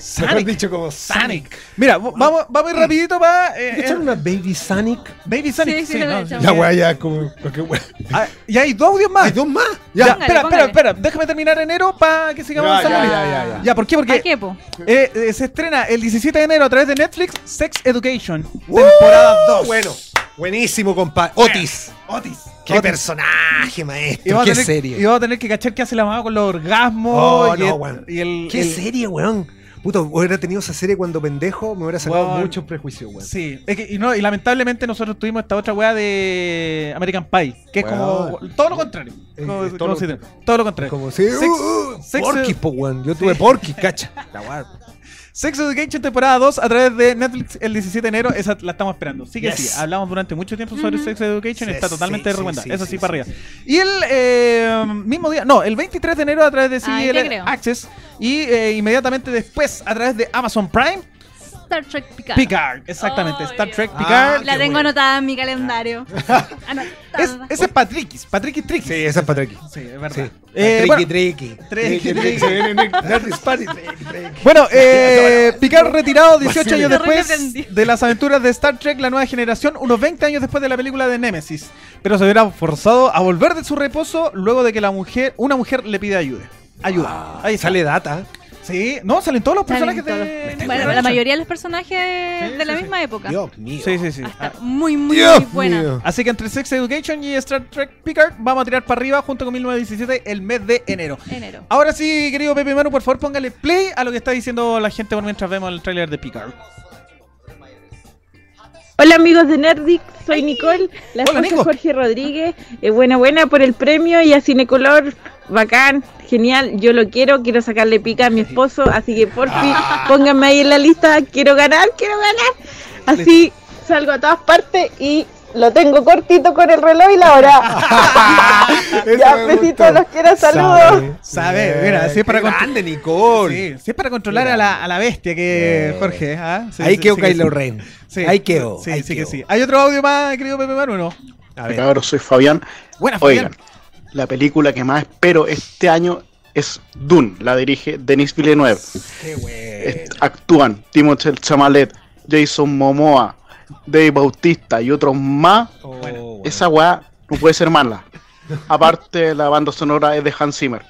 Sonic.
Sonic. dicho como Sonic.
Mira,
Ah.
v- vamos, vamos a ir rapidito para... Eh,
¿Echaron
eh,
una Baby Sonic?
Baby Sonic.
Sí, sí, lo he hecho.
La weá ya como. Qué weá.
Ah, y hay dos audios más.
Hay dos más.
Ya,
Póngale,
espera, espera,
póngale.
espera. Déjame terminar enero para que sigamos
Ya,
avanzando.
ya,
Ya,
ya, ya, ya.
¿por qué?
¿A
Porque
qué, po?
eh, eh, se estrena el 17 de enero a través de Netflix Sex Education,
¡Woo!
temporada 2.
Bueno. Buenísimo, compadre. Otis.
Otis.
Qué
Otis.
personaje,
Y
maestro.
vamos, a
Qué
tener,
serie.
y vamos a tener que cachar qué hace la mamá con los orgasmos
Oh,
y,
no,
el-
weón.
y el,
Qué
el-
serie, weón. Puto, hubiera tenido esa serie cuando pendejo, me hubiera sacado
Weón.
muchos prejuicios, weón.
Sí, es que- y, no, y lamentablemente nosotros tuvimos esta otra weá de American Pie, que es como
Weón.
todo lo contrario.
Eh,
Como-
eh, todo
como
lo
si- todo,
contrario.
lo contrario.
Como si.
Sex-
uh, uh,
Sex-
Porky, po, weón. Yo
Sí.
tuve Porky, cacha. La weá.
Sex Education temporada 2 a través de Netflix el 17 de enero, esa la estamos esperando. Sí que
Yes.
sí, hablamos durante mucho tiempo sobre
Ujú.
Sex Education,
Sí,
está totalmente
sí, sí,
recomendada,
sí,
eso sí,
sí,
para
sí,
arriba. Y el eh, mismo día, no, el 23 de enero a través de
Ahí te
CBL
Ah, creo.
Access y eh, inmediatamente después a través de Amazon Prime,
Star Trek Picard.
Picard, exactamente,
Oh,
Star
Dios.
Trek
Ah,
Picard.
La
Qué
tengo
bueno. Ah.
anotada en mi calendario.
Es,
Anotada.
ese es Patrickis, Patrickis Trix.
Sí, esa es para Treki.
Sí, es
Sí.
verdad. Eh, bueno,
tricky, tricky.
Treki, Treki.
Se viene en el Nerdist Party. Treki, Treki.
Bueno, eh, Picard retirado 18 años
Terrible
después
aprendiz.
de las aventuras de Star Trek La Nueva Generación, unos 20 años después de la película de Nemesis, pero se verá forzado a volver de su reposo luego de que la mujer, una mujer le pide ayuda. Ayuda. Ahí está.
Ah, Sale data.
Sí, no, salen todos los
Salen
personajes
todos.
de Nemesis.
Bueno, la mayoría de los personajes de la
sí, sí.
misma época.
Dios mío.
Sí, sí, sí.
Está muy, muy, muy buena.
mío.
Así que entre Sex Education y Star Trek Picard vamos a tirar para arriba junto con 1917 el mes de enero.
Enero.
Ahora sí, querido Pepe Manu, por favor póngale play a lo que está diciendo la gente por mientras vemos el tráiler de Picard.
Hola amigos de Nerdic, soy Nicole, la
Hola,
esposa
Nico.
de Jorge Rodríguez. Eh, buena, buena por el premio y a Cinecolor, bacán, genial, yo lo quiero, quiero sacarle pica a mi esposo, así que por fin pónganme ahí en la lista, quiero ganar, quiero ganar. Así salgo a todas partes y lo tengo cortito con el reloj y la hora. ya, besitos, los quiero, saludos.
Sabe, mira, así es para
Qué
contro-
grande, Nicole.
Sí, sí es para controlar a la, a la bestia que
Sí.
Jorge, ¿ah? Sí,
ahí
sí,
quedó
sí que
Kylo
sí.
Ren.
Sí.
Ahí quedó.
Sí,
ahí
sí que
quedó.
sí. ¿Hay otro audio más, querido Pepe Manu, no?
A
Hola,
ver.
cabros, soy Fabián.
Buena,
Oigan,
Fabián.
la película que más espero este año es Dune. La dirige Denis Villeneuve.
Qué
Est-
bueno.
Actúan Timothée Chalamet, Jason Momoa, Dave Bautista y otros más.
Oh, bueno.
Esa weá no puede ser mala. Aparte, la banda sonora es de Hans Zimmer.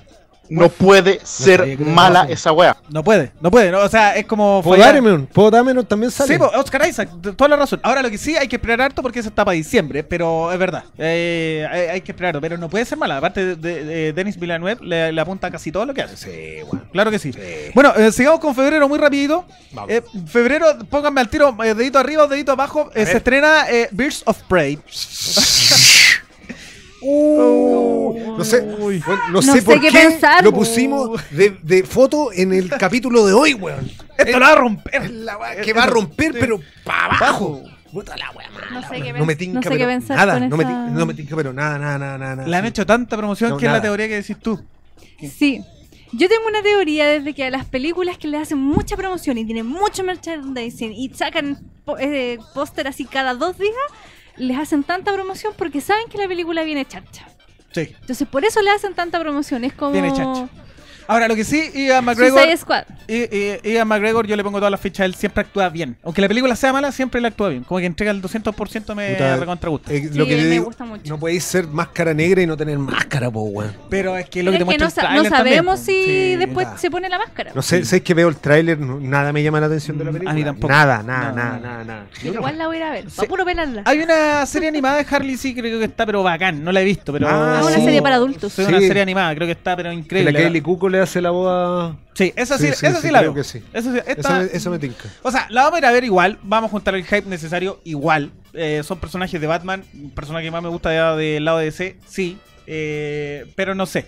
No puede
sabía
ser
que era
mala
Hans Zimmer.
esa weá.
No puede, no puede. no, o sea, es como.
Poe
fallar.
Dameron, Poe Dameron también sale.
Sí, po, Oscar Isaac, t- toda la razón. Ahora lo que sí hay que esperar harto porque esa está para diciembre, pero es verdad. Eh, hay, hay que esperarlo, pero no puede ser mala. Aparte, de, de- de Denis Villeneuve le, le apunta a casi todo lo que hace.
Sí, bueno.
Claro que sí.
Sí.
Bueno, eh, sigamos con febrero muy rapidito.
Vamos.
Eh, febrero, pónganme al tiro, eh, dedito arriba o dedito abajo. eh, se estrena eh, Birds of Prey.
Uh, No sé,
Uy.
bueno, no
No
sé
sé
por
qué
qué,
pensar.
lo pusimos de, de foto en el capítulo de hoy, weón.
Esto lo va a romper.
La weá que va a romper, pero para abajo. Puta la weá mala,
No sé
weón.
qué
No me
pens-
tinca,
no sé
pero
qué pensar
nada.
con
no, me
esa-
tinca, no me tinca, pero nada, nada, nada, nada.
Le han hecho tanta promoción
No,
que es la
nada.
teoría que decís tú.
Sí. Yo tengo una teoría desde que a las películas que le hacen mucha promoción y tienen mucho merchandising y sacan po- eh, póster así cada dos días, les hacen tanta promoción porque saben que la película viene chacha.
Sí.
Entonces por eso le hacen tanta promoción. Es como...
Viene chacha. Ahora, lo que sí, Ian McGregor.
Suicide Squad.
I- I- Ian McGregor, yo le pongo todas las fichas. Él siempre actúa bien. Aunque la película sea mala, siempre él actúa bien. Como que entrega el 200% me
Puta.
recontra gusta.
Eh, lo
Sí,
que yo
me
digo,
gusta mucho.
no podéis ser máscara negra y no tener máscara, po, weón.
Pero es que lo que te
Pero es
muestra
que no,
el
sa- no
tráiler también,
sabemos
po.
si
Sí.
después
Ah.
se pone la máscara.
No sé, sé que veo el tráiler, no- nada me llama la atención de la
Mm, a mí
película.
tampoco.
Nada, nada,
No,
nada,
no.
nada, nada.
Pero igual la voy a ir a ver.
Sí.
Pa' puro pelarla.
Hay una serie animada de Harley, sí, creo que está, pero bacán. No la he visto, pero.
Ah,
Ah, una
sí.
serie para adultos.
Sí, una
Sí.
serie animada, creo que está, pero
Que la
increíble.
Kelly Cuco le hace la boda.
Sí, esa sí,
Sí, sí,
esa sí,
sí,
la
creo
veo.
que sí.
Esa sí- esta-
Esa me, esa me tinca.
O sea, la vamos a ir a ver igual, vamos a juntar el hype necesario igual. Eh, son personajes de Batman, personaje que más me gusta de- del lado de DC, sí, Eh, pero no sé.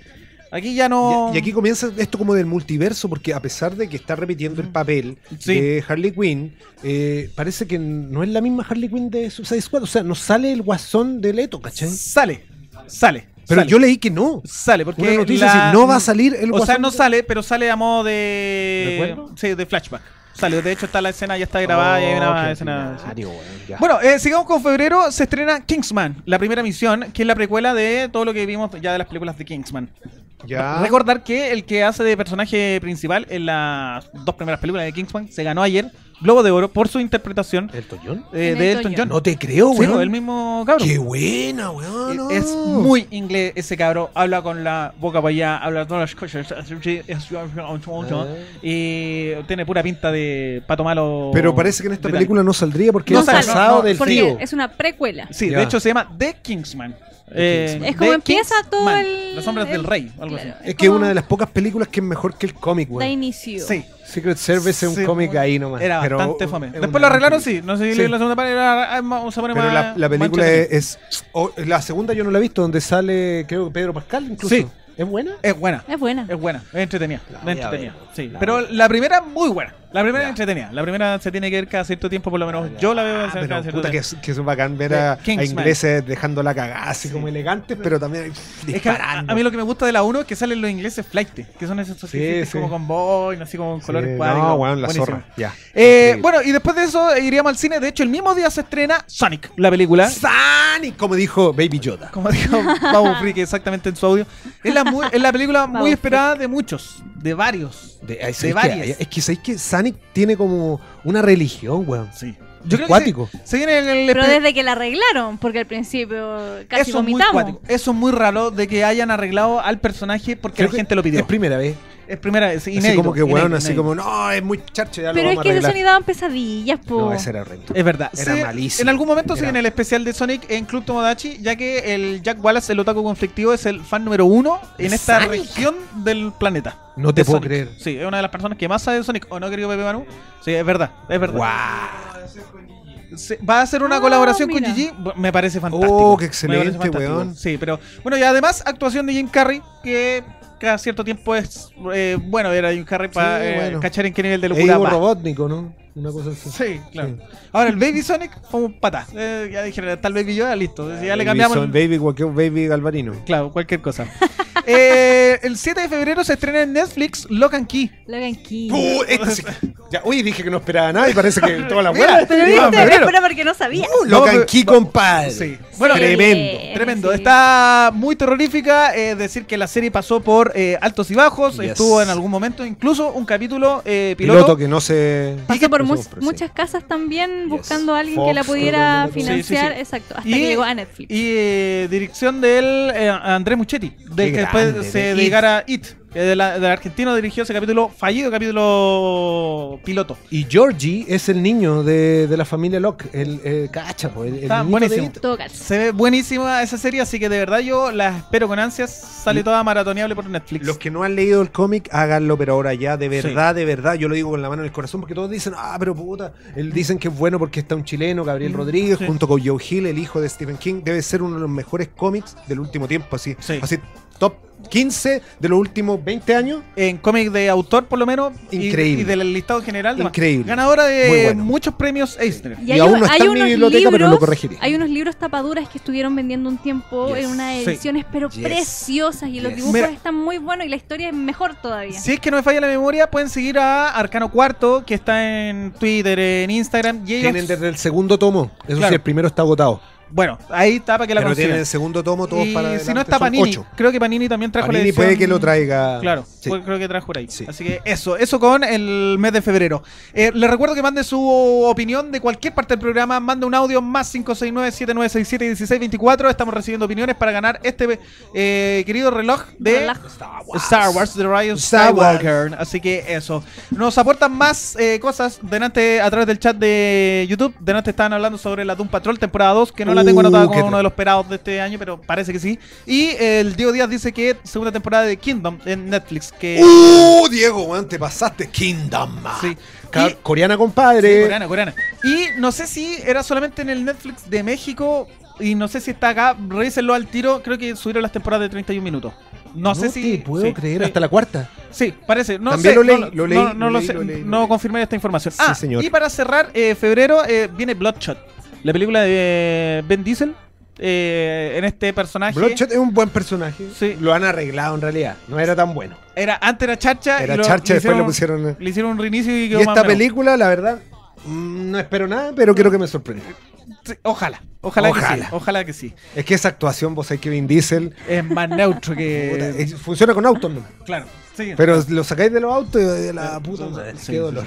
Aquí ya no...
Y, y aquí comienza esto como del multiverso, porque a pesar de que está repitiendo el papel
Sí.
de Harley Quinn, eh, parece que no es la misma Harley Quinn de Suicide Squad. O sea, no sale el guasón de Leto, ¿cachai?
Sale, sale.
Pero
sale,
yo leí que no.
Sale, porque...
Una noticia
la-
así, no va a salir el guasón.
O sea, no
de-
sale, pero sale a modo de...
¿Recuerdo?
Sí, de flashback. Sale, de hecho está la escena, ya está grabada y hay
Oh,
una
qué
escena... sí.
ordinario, weón, ya.
Bueno, eh, sigamos con febrero. Se estrena Kingsman, la primera misión, que es la precuela de todo lo que vimos ya de las películas de Kingsman.
Ya.
Recordar que el que hace de personaje principal en las dos primeras películas de Kingsman se ganó ayer Globo de Oro por su interpretación
¿El Toñón?
eh,
En
de
Elton
Elton John.
No te creo,
Sí,
weón.
po, el mismo cabrón.
Qué buena, weón. no.
Es muy inglés ese cabro, habla con la boca para allá, habla todas las cosas. así que es- Y tiene pura pinta de pato malo.
Pero parece que en esta
británico.
película no saldría porque
No
es
sale,
pasado
no,
del
porque
tío.
es una precuela.
Sí,
Ya.
de hecho se llama The Kingsman. Eh,
Kingsman.
Es como
The
empieza todo
Kingsman,
el-
Los hombres del
el-
rey, algo
Claro,
así.
Es que es
como
una de las pocas películas que es mejor que el cómic,
Da
weón.
inicio.
Sí,
Secret Service es un
Sí,
cómic ahí nomás.
Era
pero-
bastante fome.
es
Después
una-
lo arreglaron, sí. No sé si
Sí.
la segunda parte era, ah, ma- se pone
Pero
más-
la, la
más
película
entretenida.
es, es- o- la segunda yo no la he visto, donde sale creo que Pedro Pascal incluso.
Sí.
¿Es buena?
Es buena.
Es buena.
Es buena, es entretenida.
La
es
voy a
entretenida,
ver,
sí.
la
pero
voy a ver.
la primera, muy buena. La primera es
Ya.
entretenida. La primera se tiene que ver cada cierto tiempo, por lo menos. Yo la veo
Ah,
cada
pero
cierto
puta que
tiempo.
es, que es bacán ver a,
The Kingsman.
a ingleses dejando la cagada así como elegantes, pero también ahí,
Es que a,
disparando.
a mí lo que me gusta de la 1 es que salen los ingleses flight, que son esos surfistas
sí.
como con boy, así como con
Sí,
colores
No,
cuadros.
weón, la
Buenísimo.
zorra. Ya.
Eh,
Increíble.
bueno, y después de eso eh, iríamos al cine. De hecho, el mismo día se estrena Sonic, la película.
Sonic, como dijo Baby Yoda.
como dijo Babu Freak exactamente en su audio. Es la, mu- es la película
Babu
muy esperada de muchos, de varios.
De, es,
De
es
varias.
Que, es que sabéis que Sonic tiene como una religión, weón.
Sí. Yo creo que
Cuático.
se, se viene el, el
Pero
espe-
desde que la arreglaron, porque al principio casi
eso es muy
vomitamos.
cuático. Eso es muy raro de que hayan arreglado al personaje porque
Creo
la
que
gente lo pidió.
Es primera vez.
Es primera vez,
Así
inédito.
como que, weón,
inédito,
así
inédito.
como, no, es muy charcho, ya
Pero
lo
es
vamos
que
a
de
arreglar.
Sony daban pesadillas, po.
No, ese era rento.
Es verdad.
Era
Se-
malísimo.
En algún momento se
Era-
viene el especial de Sonic en Club Tomodachi, ya que el Jack Wallace, el otaku conflictivo, es el fan número uno en esta
Sonic?
región del planeta.
No te
De
puedo
Sonic.
creer.
Sí, es una de las personas que más sabe de Sonic, ¿o no, querido Pepe Manu? Sí, es verdad, es verdad.
Guau.
Se- va a hacer una
Ah,
colaboración
mira.
con Gigi, b- me parece fantástico.
Oh, qué
Me parece
excelente,
fantástico.
weón.
Sí, pero bueno, y además actuación de Jim Carrey, que cada cierto tiempo es eh, bueno era Jim Carrey para
Sí, bueno.
cachar en qué nivel de
Es
locura
Ivo
va.
Robotnico, ¿no? Una cosa así.
Sí, claro. Ahora el Baby Sonic fue un pata. Eh, ya dijeron, está el Baby Yoda, listo. Si ya le
Ah, Baby
cambiamos.
Son- Baby, cualquier Baby Galvarino.
Claro, cualquier cosa. Eh, el 7 de febrero se estrena en Netflix Lock and Key.
Logan Key.
¡Puh! Este sí. Ya, uy, dije que no esperaba nada y parece que toda la hueá.
Pero
No,
viste,
febrero.
era porque no sabía.
Uh, Locan
pero-
Key, compadre.
Sí. Bueno,
Bueno,
Sí.
tremendo.
Eh,
Tremendo,
sí.
está muy terrorífica, es decir, que la serie pasó por eh, altos y bajos,
Yes.
estuvo en algún momento incluso un capítulo eh,
Piloto,
piloto.
que no se.
Pasó por mu-
Nosotros, sí.
muchas casas también buscando a alguien
Fox,
que la
creo
pudiera
que
no me acuerdo. Sí,
financiar,
sí, sí.
exacto, hasta
Y-
que llegó a Netflix.
Y eh, dirección del eh, Andrés Muchetti, del
Qué
que después
grande, de
se
It.
dedicara a It, que de la- del argentino dirigió ese capítulo fallido, capítulo piloto.
Y Georgie es el niño de, de la familia Locke. El, eh, cacha, pues. El, el
Está
niñito
buenísimo.
de-
Todo calza.
Se ve buenísima esa serie, así que de verdad yo la espero con ansias, sale toda maratoneable por Netflix.
Los que no han leído el cómic, háganlo, pero ahora ya, de
Sí.
verdad, de verdad, yo lo digo con la mano en el corazón, porque todos dicen, ah, pero puta, él dicen que es bueno porque está un chileno, Gabriel
Mm,
Rodríguez,
sí.
junto con Joe Hill, el hijo de Stephen King, debe ser uno de los mejores cómics del último tiempo, así,
Sí.
así, top 15 de los últimos 20 años,
en cómic de autor por lo menos y-
Increíble.
y, del listado general de-
Increíble.
ganadora
Muy
de
bueno.
muchos premios Eisner
Y aún no está en mi biblioteca, pero lo corregiré.
Hay unos libros tapaduras que estuvieron vendiendo un tiempo
Yes.
en unas
Sí.
ediciones, pero
Yes.
preciosas. Y los
Yes.
dibujos
Mira.
están muy buenos y la historia es mejor todavía.
Si es que no me falla la memoria, pueden seguir a Arcano Cuarto, que está en Twitter, en Instagram. Y ellos-
tienen desde el segundo tomo, eso
Claro.
sí, el primero está agotado,
Bueno, ahí está para que la
pero tienen
consigan.
el segundo tomo todos
Y
para
si no
adelante,
está
son
Panini,
ocho.
creo que Panini también trajo la
Panini
edición.
puede que lo traiga.
Claro,
Sí.
pues creo que trajo por ahí.
Sí.
Así que eso, eso con el mes de febrero. Eh, les recuerdo que mande su opinión de cualquier parte del programa. Mande un audio más 569-7967-1624. Estamos recibiendo opiniones para ganar este eh, querido reloj de
Reloj.
Star Wars The Rise of
Star Wars.
Skywalker. Así que eso. Nos aportan más eh, cosas. Delante, a través del chat de YouTube, delante estaban hablando sobre la Doom Patrol temporada 2, que no la tengo
Uh,
anotada
qué
como
tra-
uno de los esperados de este año, pero parece que sí. Y eh, el Diego Díaz dice que segunda temporada de Kingdom en Netflix. que
¡Uh, Diego, weón, te pasaste! ¡Kingdom! man.
Sí.
Ca-
Y-
coreana, compadre.
Sí, coreana, coreana. Y no sé si era solamente en el Netflix de México. Y no sé si está acá. Revísenlo al tiro. Creo que subieron las temporadas de 31 minutos. No, sé si.
te puedo
sí,
creer,
sí.
hasta la cuarta.
Sí, parece. No
También
sé,
lo leí,
no,
lo leí,
no, no
lo
lo
leí,
sé,
lo leí, lo
no
leí.
confirmé esta información.
Sí,
ah,
señor.
y para cerrar, eh, febrero eh, viene Bloodshot, la película de Ben Diesel, eh, en este personaje.
Bloodshot es un buen personaje.
Sí.
Lo han arreglado en realidad. No era tan bueno.
Era, antes era Charcha. Ah, y
Era
lo-
charcha,
le
después
hicieron-
lo pusieron. eh.
Le hicieron un reinicio y
Y
quedó más
esta
o menos.
película, la verdad, mm, no espero nada, pero quiero que me sorprenda.
Sí, Ojalá, ojalá, que
Ojalá.
sí. Ojalá que sí.
Es que esa actuación, vos sabés que Vin Diesel
Es más neutro
puta,
que.
es- funciona con autos, ¿no?
claro. Eh, sí. Eh,
pero lo sacáis de los autos y de la puta madre.
Sí,
qué dolor.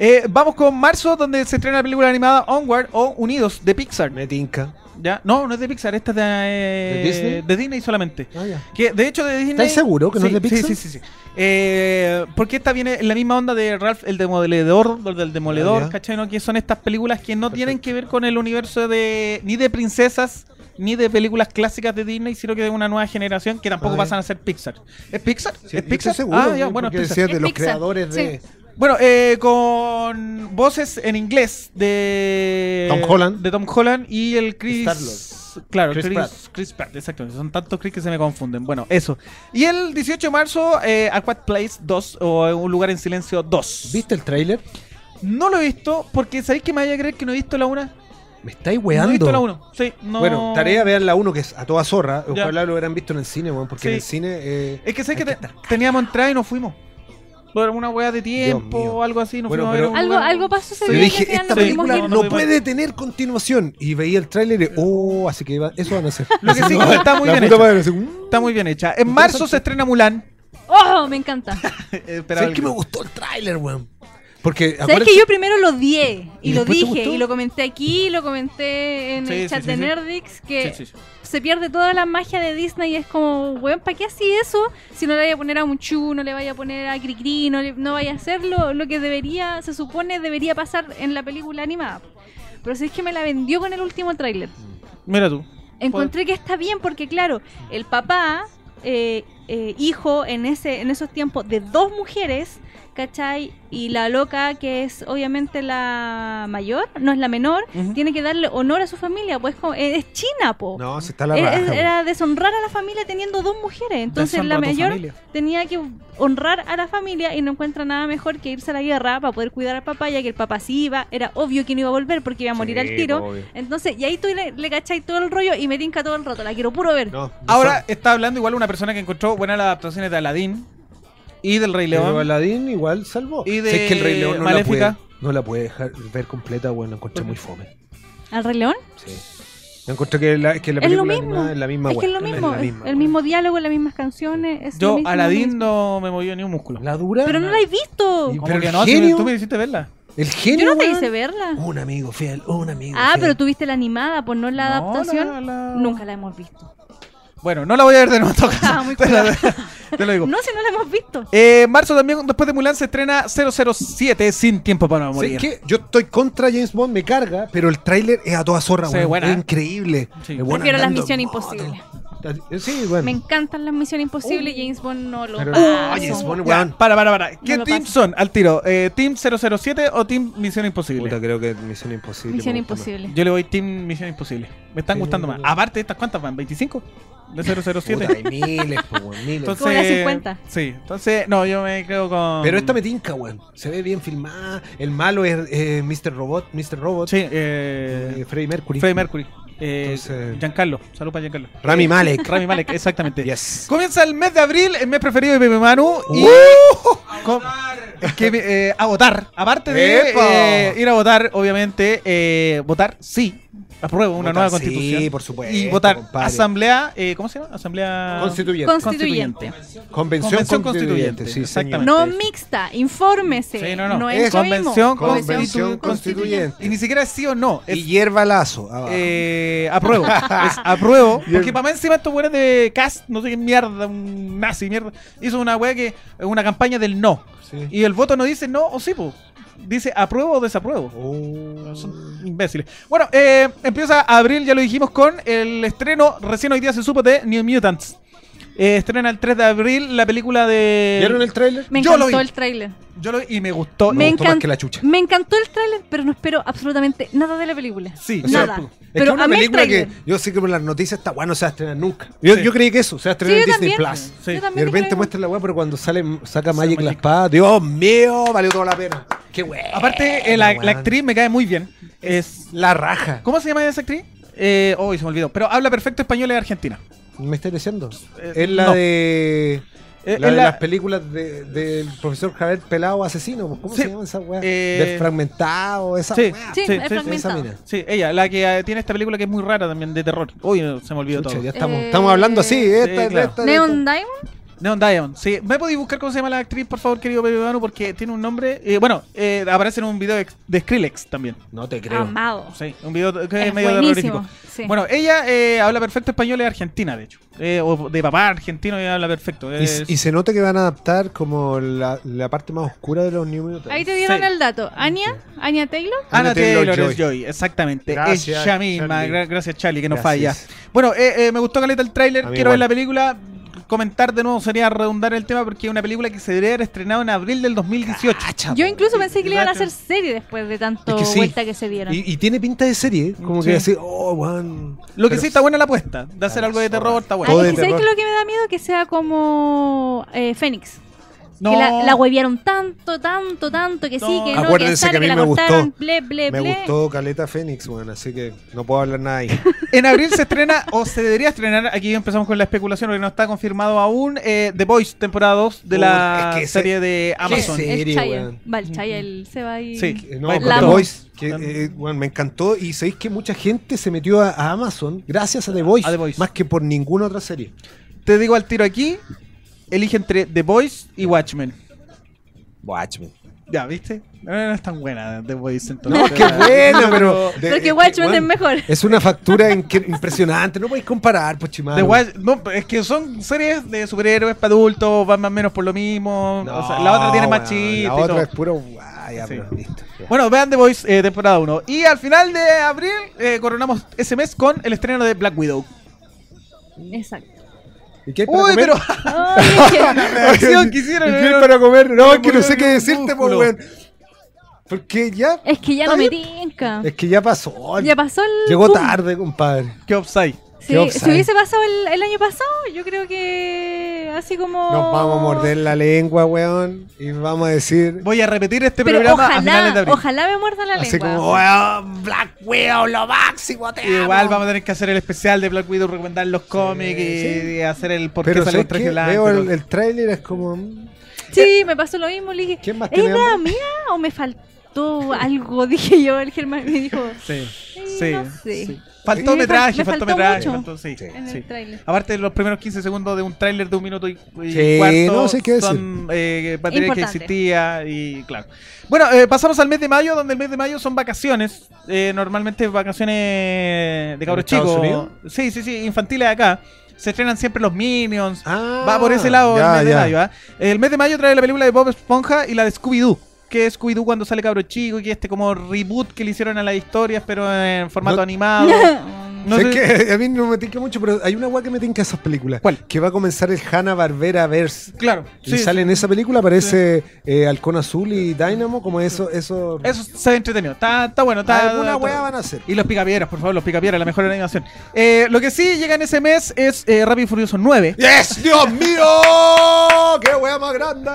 Eh, vamos con marzo, donde se estrena la película animada Onward o Unidos de Pixar.
Me tinca.
¿Ya? No, no es de Pixar, esta es de, eh,
¿De Disney?
de Disney solamente.
Ah, ya.
Que de hecho de Disney.
¿Estáis seguro que no
Sí,
es de Pixar?
Sí, sí, sí. sí. Eh, porque esta viene en la misma onda de Ralph el Demoledor, o del Demoledor,
Ya, ya.
¿cachai? ¿no? Que son estas películas que no tienen que ver con el universo de ni de princesas ni de películas clásicas de Disney, sino que de una nueva generación que tampoco
Ah, ya.
pasan a ser Pixar. ¿Es Pixar?
Sí,
¿Es
yo
Pixar?
estoy seguro,
ah, ya, bueno,
porque
es Pixar.
decías de
Es
los
Pixar,
creadores de.
Bueno, eh, con voces en inglés de
Tom Holland.
de Tom Holland y el Chris.
Star-Lord.
Claro,
Chris
Chris,
Pratt.
Chris Pratt, exactamente. Son tantos Chris que se me confunden. Bueno, eso. Y el 18 de marzo, eh, Aquat Place 2 o eh, Un lugar en silencio 2.
¿Viste el tráiler?
No lo he visto porque sabéis que me vaya a creer que no he visto la 1.
Me estáis
No he
weando.
visto la 1. Sí, no.
Bueno, tarea vean la 1 que es a toda zorra.
Ya.
Ojalá lo hubieran visto en el cine, weón, porque
Sí.
en el cine. eh,
Es que sé que
hay
te- teníamos entrada y nos fuimos. Por una weá de tiempo
mío.
o algo así. Nos
Bueno,
fuimos a ver
pero-
un
Algo,
lugar-
algo pasó ese
Sí.
Yo
día que al
dije,
final
esta
nos pudimos
película
ir.
no
no
pudimos
puede tener continuación. Y veía el tráiler y, oh, así que va- eso van a hacer.
Lo que sí que está muy
La
bien
puta
hecho.
madre, así, mm.
Está muy bien hecha. En marzo se estrena Mulan.
¡Oh! Me encanta.
Espera,
¿Sabes que me gustó el tráiler, weón? Porque
¿Sabes que yo primero lo odié? Y,
¿Y
lo
después te
dije,
gustó?
y lo comenté aquí, y lo comenté en
Sí, sí,
el chat
sí,
de
sí.
Nerdix, que
Sí, sí, sí.
se pierde toda la magia de Disney y es como, weón, ¿para qué así eso? Si no le vaya a poner a Muchu, no le vaya a poner a Cricri, no, le- no vaya a hacer lo, lo que debería, se supone debería pasar en la película animada. Pero si es que me la vendió con el último tráiler.
Mira tú.
Encontré que está bien porque, claro, el papá, eh, eh, hijo en, ese, en esos tiempos de dos mujeres, ¿cachai? Y la loca, que es obviamente la mayor, no es la menor,
Ujú.
tiene que darle honor a su familia, pues como- eh, es China, po.
No, se está la
Era-
raja.
Eh, era,
weón.
deshonrar a la familia teniendo dos mujeres. Entonces
Deshonra
la
a tu
mayor
familia.
tenía que honrar a la familia y no encuentra nada mejor que irse a la guerra para poder cuidar al papá, ya que el papá sí iba, era obvio que no iba a volver porque iba a morir al tiro. Entonces, y ahí tú le, le cacháis todo el rollo y me tinca todo el rato, la quiero puro ver.
No, no
Ahora
son-
está hablando igual una persona que encontró buenas las adaptaciones de Aladdin y del Rey
Pero
León.
Aladdin igual salvó.
Y de
Si es que el Rey León no la, puede,
Maléfica.
no la puede dejar ver completa, weón. La encontré muy fome.
¿Al Rey León?
Sí. Yo encontré que la, que la
Es lo
película
mismo.
animada es la misma
es que es
weón.
lo mismo,
la
es
misma,
el
weón.
mismo diálogo, las mismas canciones. Es lo
Yo
mismo, lo
Aladdin
mismo.
no me movió ni un músculo.
La dura.
Pero no la he visto.
Y-
Como
pero
que
el
no, si
genio-
tú me hiciste verla.
El
Yo
genio.
no te
weón.
hice verla.
Un amigo fiel, un amigo.
Ah,
fiel.
pero tú viste la animada, pues no la
No,
adaptación.
la- la-
Nunca la hemos visto.
Bueno, no la voy a ver de nuevo. en todo caso.
Ah, muy
te, lo,
curada.
te lo digo.
No, si no la hemos visto.
Eh, en marzo también, después de Mulan, se estrena 007 Sin Tiempo para Morir.
¿Sabes qué? Yo estoy contra James Bond, me carga, pero el tráiler es a toda zorra,
Sí,
weón.
buena. ¿eh?
Es increíble.
Sí.
El weón
Prefiero las
andando en
misiones
moto.
imposibles.
Sí, bueno.
Me encantan las misiones imposibles. James Bond no lo.
Pero-
paso.
Oh, James Bond,
Ya,
weón.
para, para, para. ¿Qué
No lo
team
paso.
son al tiro? Eh, ¿Team 007 o Team Misión Imposible?
Puta, creo que Misión Imposible.
Misión
me gusta más.
imposible.
Yo le voy Team Misión Imposible. Me están
Sí,
gustando
no,
más.
no.
Aparte de estas, ¿cuántas van? ¿25? De 007.
Puta, hay miles, po, weón, miles.
Entonces,
Como las 50.
Sí, entonces, no, yo me creo con.
pero esta me tinca, weón. Se ve bien filmada. El malo es eh, Mr. Robot, Mr. Robot.
Sí,
eh,
eh.
Freddie Mercury.
Freddie Mercury. Eh,
Entonces-
Giancarlo. Salud para Giancarlo.
Rami Malek.
Rami Malek, exactamente.
Yes.
Comienza el mes de abril, el mes preferido de Pepe Manu. Y.
¡Uh!
Com- que, eh, a votar. Aparte de
¡Epa!
eh, ir a votar, obviamente, eh, votar sí. Apruebo una
Votar
nueva
sí,
constitución.
por supuesto,
Y votar
compadre.
asamblea. eh, ¿Cómo se llama? Asamblea.
Constituyente.
Constitu- Constituyente.
Convención,
Convención
Constituyente.
Constituyente,
sí,
exactamente.
No mixta, infórmese.
Sí, no, no.
es
Es
lo mismo.
convención,
Convención
constituyente.
Constituyente.
Y ni siquiera es sí o no.
Y
Es,
hierba lazo. abajo.
eh, apruebo. es apruebo. Porque para más encima estos buenos de Cast, no sé qué mierda, un nazi, mierda. Hizo una weá que. Una campaña del no.
Sí.
Y el voto no dice no o sí, po. Dice apruebo o desapruebo.
Oh.
Son imbéciles. Bueno, eh, empieza abril, ya lo dijimos, con el estreno, recién hoy día se supo, de New Mutants. Eh, estrena el 3 de abril la película de...
¿Vieron el tráiler?
Me
Yo lo
encantó
vi.
el tráiler.
Yo lo vi y me gustó.
Me
Oh, Me gustó más
encan-
que la chucha.
Me encantó el tráiler, pero no espero absolutamente nada de la película.
Sí,
O sea,
nada.
es que
pero
una
a mí el
película que
tráiler.
yo sé que por las noticias está bueno, no se va a estrenar nunca. Yo,
Sí.
yo creí que eso, se va a
Sí,
estrenar
yo
en Disney
también.
Plus.
Sí.
Yo también
De repente
creo.
muestra la weá, pero cuando sale, saca Magic la
Magic.
espada, Dios mío, valió toda la pena. Qué weá.
Aparte, eh, la,
weón.
la actriz me cae muy bien. Es...
La raja.
¿Cómo se llama esa actriz? Eh, oh, se me olvidó. Pero habla perfecto español y argentina.
¿Me estás diciendo?
Eh,
es la
no.
de.
Eh,
la
es
de
la-
las películas de- del profesor Javier Pelado Asesino. pues, ¿Cómo
Sí.
se llama esa weá?
Eh,
Del fragmentado, esa
sí.
weá.
Sí,
Sí,
es
sí,
Esa
fragmentado.
mina.
Sí, ella, la que eh, tiene esta película que es muy rara también, de terror. Uy, se me olvidó
Chucha,
todo.
ya estamos,
Eh,
estamos hablando así.
sí,
Esta, esta,
claro.
esta-
Neon Diamond.
Neon Diamond, sí. ¿Me podéis buscar cómo se llama la actriz, por favor, querido Pepe Manu? Porque tiene un nombre. eh, bueno, eh, aparece en un video ex- de Skrillex también.
No te
Ah,
creo.
Amado.
Sí, un video que es,
Es
medio
buenísimo,
terrorífico.
sí.
Bueno, ella eh, habla perfecto español y argentina, de hecho. Eh, o de papá argentino y habla perfecto.
Y,
Es-
y se nota que van a adaptar como la, la parte más oscura de los New Mutants.
Ahí te dieron
Sí.
el dato. Anya, Anya Taylor.
Ana
Ana Taylor
Taylor es
Joy.
Joy, exactamente.
Gracias,
Ella misma,
Charlie.
gra- gracias Charlie, que no
Gracias.
falla. Bueno, eh, eh, me gustó Caleta el tráiler,
A mí
quiero ver
igual.
la película. comentar de nuevo sería redundar el tema porque es una película que se debería haber estrenado en abril del 2018.
Yo incluso pensé que le iban a hacer serie después de tanto
Es que sí.
vuelta que se dieron.
Y, y tiene pinta de serie, ¿eh? como
Sí.
que así, oh, weón.
Lo que
Pero Ah,
sí está buena la apuesta, de hacer algo de terror está
Ay,
bueno.
Todo
es
de
que ¿sabes
terror.
qué es lo que me da miedo? Que sea como eh, Fénix.
No,
Que la, la huevearon tanto, tanto, tanto que sí,
No.
que no,
Acuérdense
que, sale,
que a mí
la
me gustó.
cortaron, ble, ble,
Me
ble.
gustó Caleta Fénix, weón, así que no puedo hablar nada ahí.
en abril se estrena, o se debería estrenar, aquí empezamos con la especulación porque no está confirmado aún, eh, The Voice, temporada 2 de la
Uh, es que ese-
serie de Amazon.
ese-
El
Serie,
Chaya.
weón.
Va el Chaya, el se va y...
Sí.
No,
Bye,
con
la
The
amo.
Voice, que, eh, bueno, me encantó y sabéis que mucha gente se metió a, a Amazon gracias a The Voice,
A The Voice.
más que por ninguna otra serie.
Te digo al tiro aquí, elige entre The Voice y Watchmen.
Watchmen.
Ya, ¿viste? No, no es tan buena The Voice
No,
entonces.
qué buena, pero. de-
Porque
eh,
Watchmen
weón,
es mejor.
Es una factura en que- impresionante, no podéis comparar, pues chimano.
The Watch- no, es que son series de superhéroes para adultos, van más o menos por lo mismo.
No,
o sea, la otra tiene más
weón,
chiste. y
La
todo.
otra es puro. guay, ya,
Sí.
pero listo, ya.
Bueno, vean The Voice eh, temporada 1. Y al final de abril eh, coronamos ese mes con el estreno de Black Widow.
Exacto.
¿Y qué hay para
Uy,
comer?
pero
Oye,
la acción que hicieron,
¿Y qué hay
pero-
para comer? No,
pero
es que no
murió
sé qué
en un
decirte, pues,
músculo.
weón. Porque ya.
es que ya
Está
no me
bien.
tinca.
Es que ya pasó.
Ya Uh. pasó el...
Llegó
boom.
tarde, compadre.
qué offside.
Sí,
qué
si
offside.
hubiese pasado el, el año pasado, yo creo que así como...
Nos vamos a morder la lengua, weón. Y vamos a decir.
Voy a repetir este
Pero
programa a finales de
ojalá,
abril. "Oh,
ojalá me muerda la
Así
lengua.
como, weón, Black Widow, lo máximo, te
Igual
amo".
vamos a tener que hacer el especial de Black Widow, recomendar los cómics y,
sí.
y hacer el por qué
Pero
salió
¿sabes
el traje
qué?
blanco.
veo
y
el,
todo.
el tráiler, es como. mm,
Sí, me pasó lo mismo. Le dije,
¿Quién más
¿es
tiene
idea
hambre?
mía o me faltó algo? Dije yo, el Germán me dijo
Sí, sí,
Eh, no sé.
sí.
Sí,
Faltó
me
metraje,
fal- me
faltó
faltó
metraje.
mucho.
faltó- sí,
en
sí.
el tráiler.
Aparte de los primeros 15 segundos de un tráiler de un minuto y, y
Sí,
cuarto
no sé qué decir.
son eh, material que
Importante.
existía y claro. Bueno, eh, pasamos al mes de mayo, donde el mes de mayo son vacaciones. eh, normalmente vacaciones de cabros
Estados
chicos.
Unidos?
Sí, sí, sí, infantiles acá. Se estrenan siempre los Minions.
Ah,
Va por ese lado
ya,
el mes de
ya.
mayo. ¿ah? El mes de mayo trae la película de Bob Esponja y la de Scooby-Doo. Que es Scooby-Doo cuando sale cabro chico y que este como reboot que le hicieron a las historias, pero en formato
No-
animado. No
Sé
sé-
que a mí no me tinca mucho, pero hay una weá que me tinca esas películas.
¿Cuál?
Que va a comenzar el Hanna Barbera Verse.
Claro,
y
sí,
sale
sí.
en esa película, aparece eh, Halcón Azul y Dynamo, como eso, eso.
Eso se ve entretenido. Está, está bueno. Está,
Alguna
está-
weá van a hacer.
Y los picapiedras, por favor, los picapiedras, la mejor animación. Eh, lo que sí llega en ese mes es eh, Rápido y Furioso 9.
¡Yes! ¡Dios mío! ¡Qué weá más grande!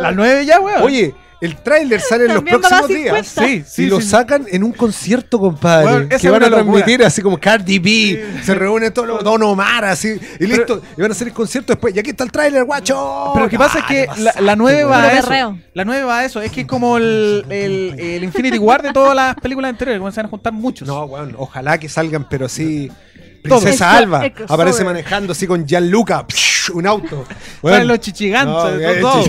La 9 ya, weón.
Oye, el tráiler sale en los
También va
próximos
para 50.
días.
sí, sí.
y lo
sí, sí.
sacan en un concierto, compadre.
Bueno, esa
que
es
van a
una locura.
transmitir así como Cardi B. Se reúne todo lo, Don Omar, así. Y listo. y van a hacer el concierto después. Y aquí está el tráiler, guacho.
Pero lo que pasa es
Ah,
que
te
la,
pasaste,
la 9 va
Puro
a eso.
perreo.
La 9 va a eso. Es que es como el, el, el Infinity War de todas las películas anteriores. Comienzan a juntar muchos.
No, weón, ojalá que salgan, pero así.
Todo.
Princesa
El-
Alba
el crossover.
aparece manejando así con Gianluca, un auto.
Salen
Weón.
los chichigantes.
No,
de
eh,
todo.
chi-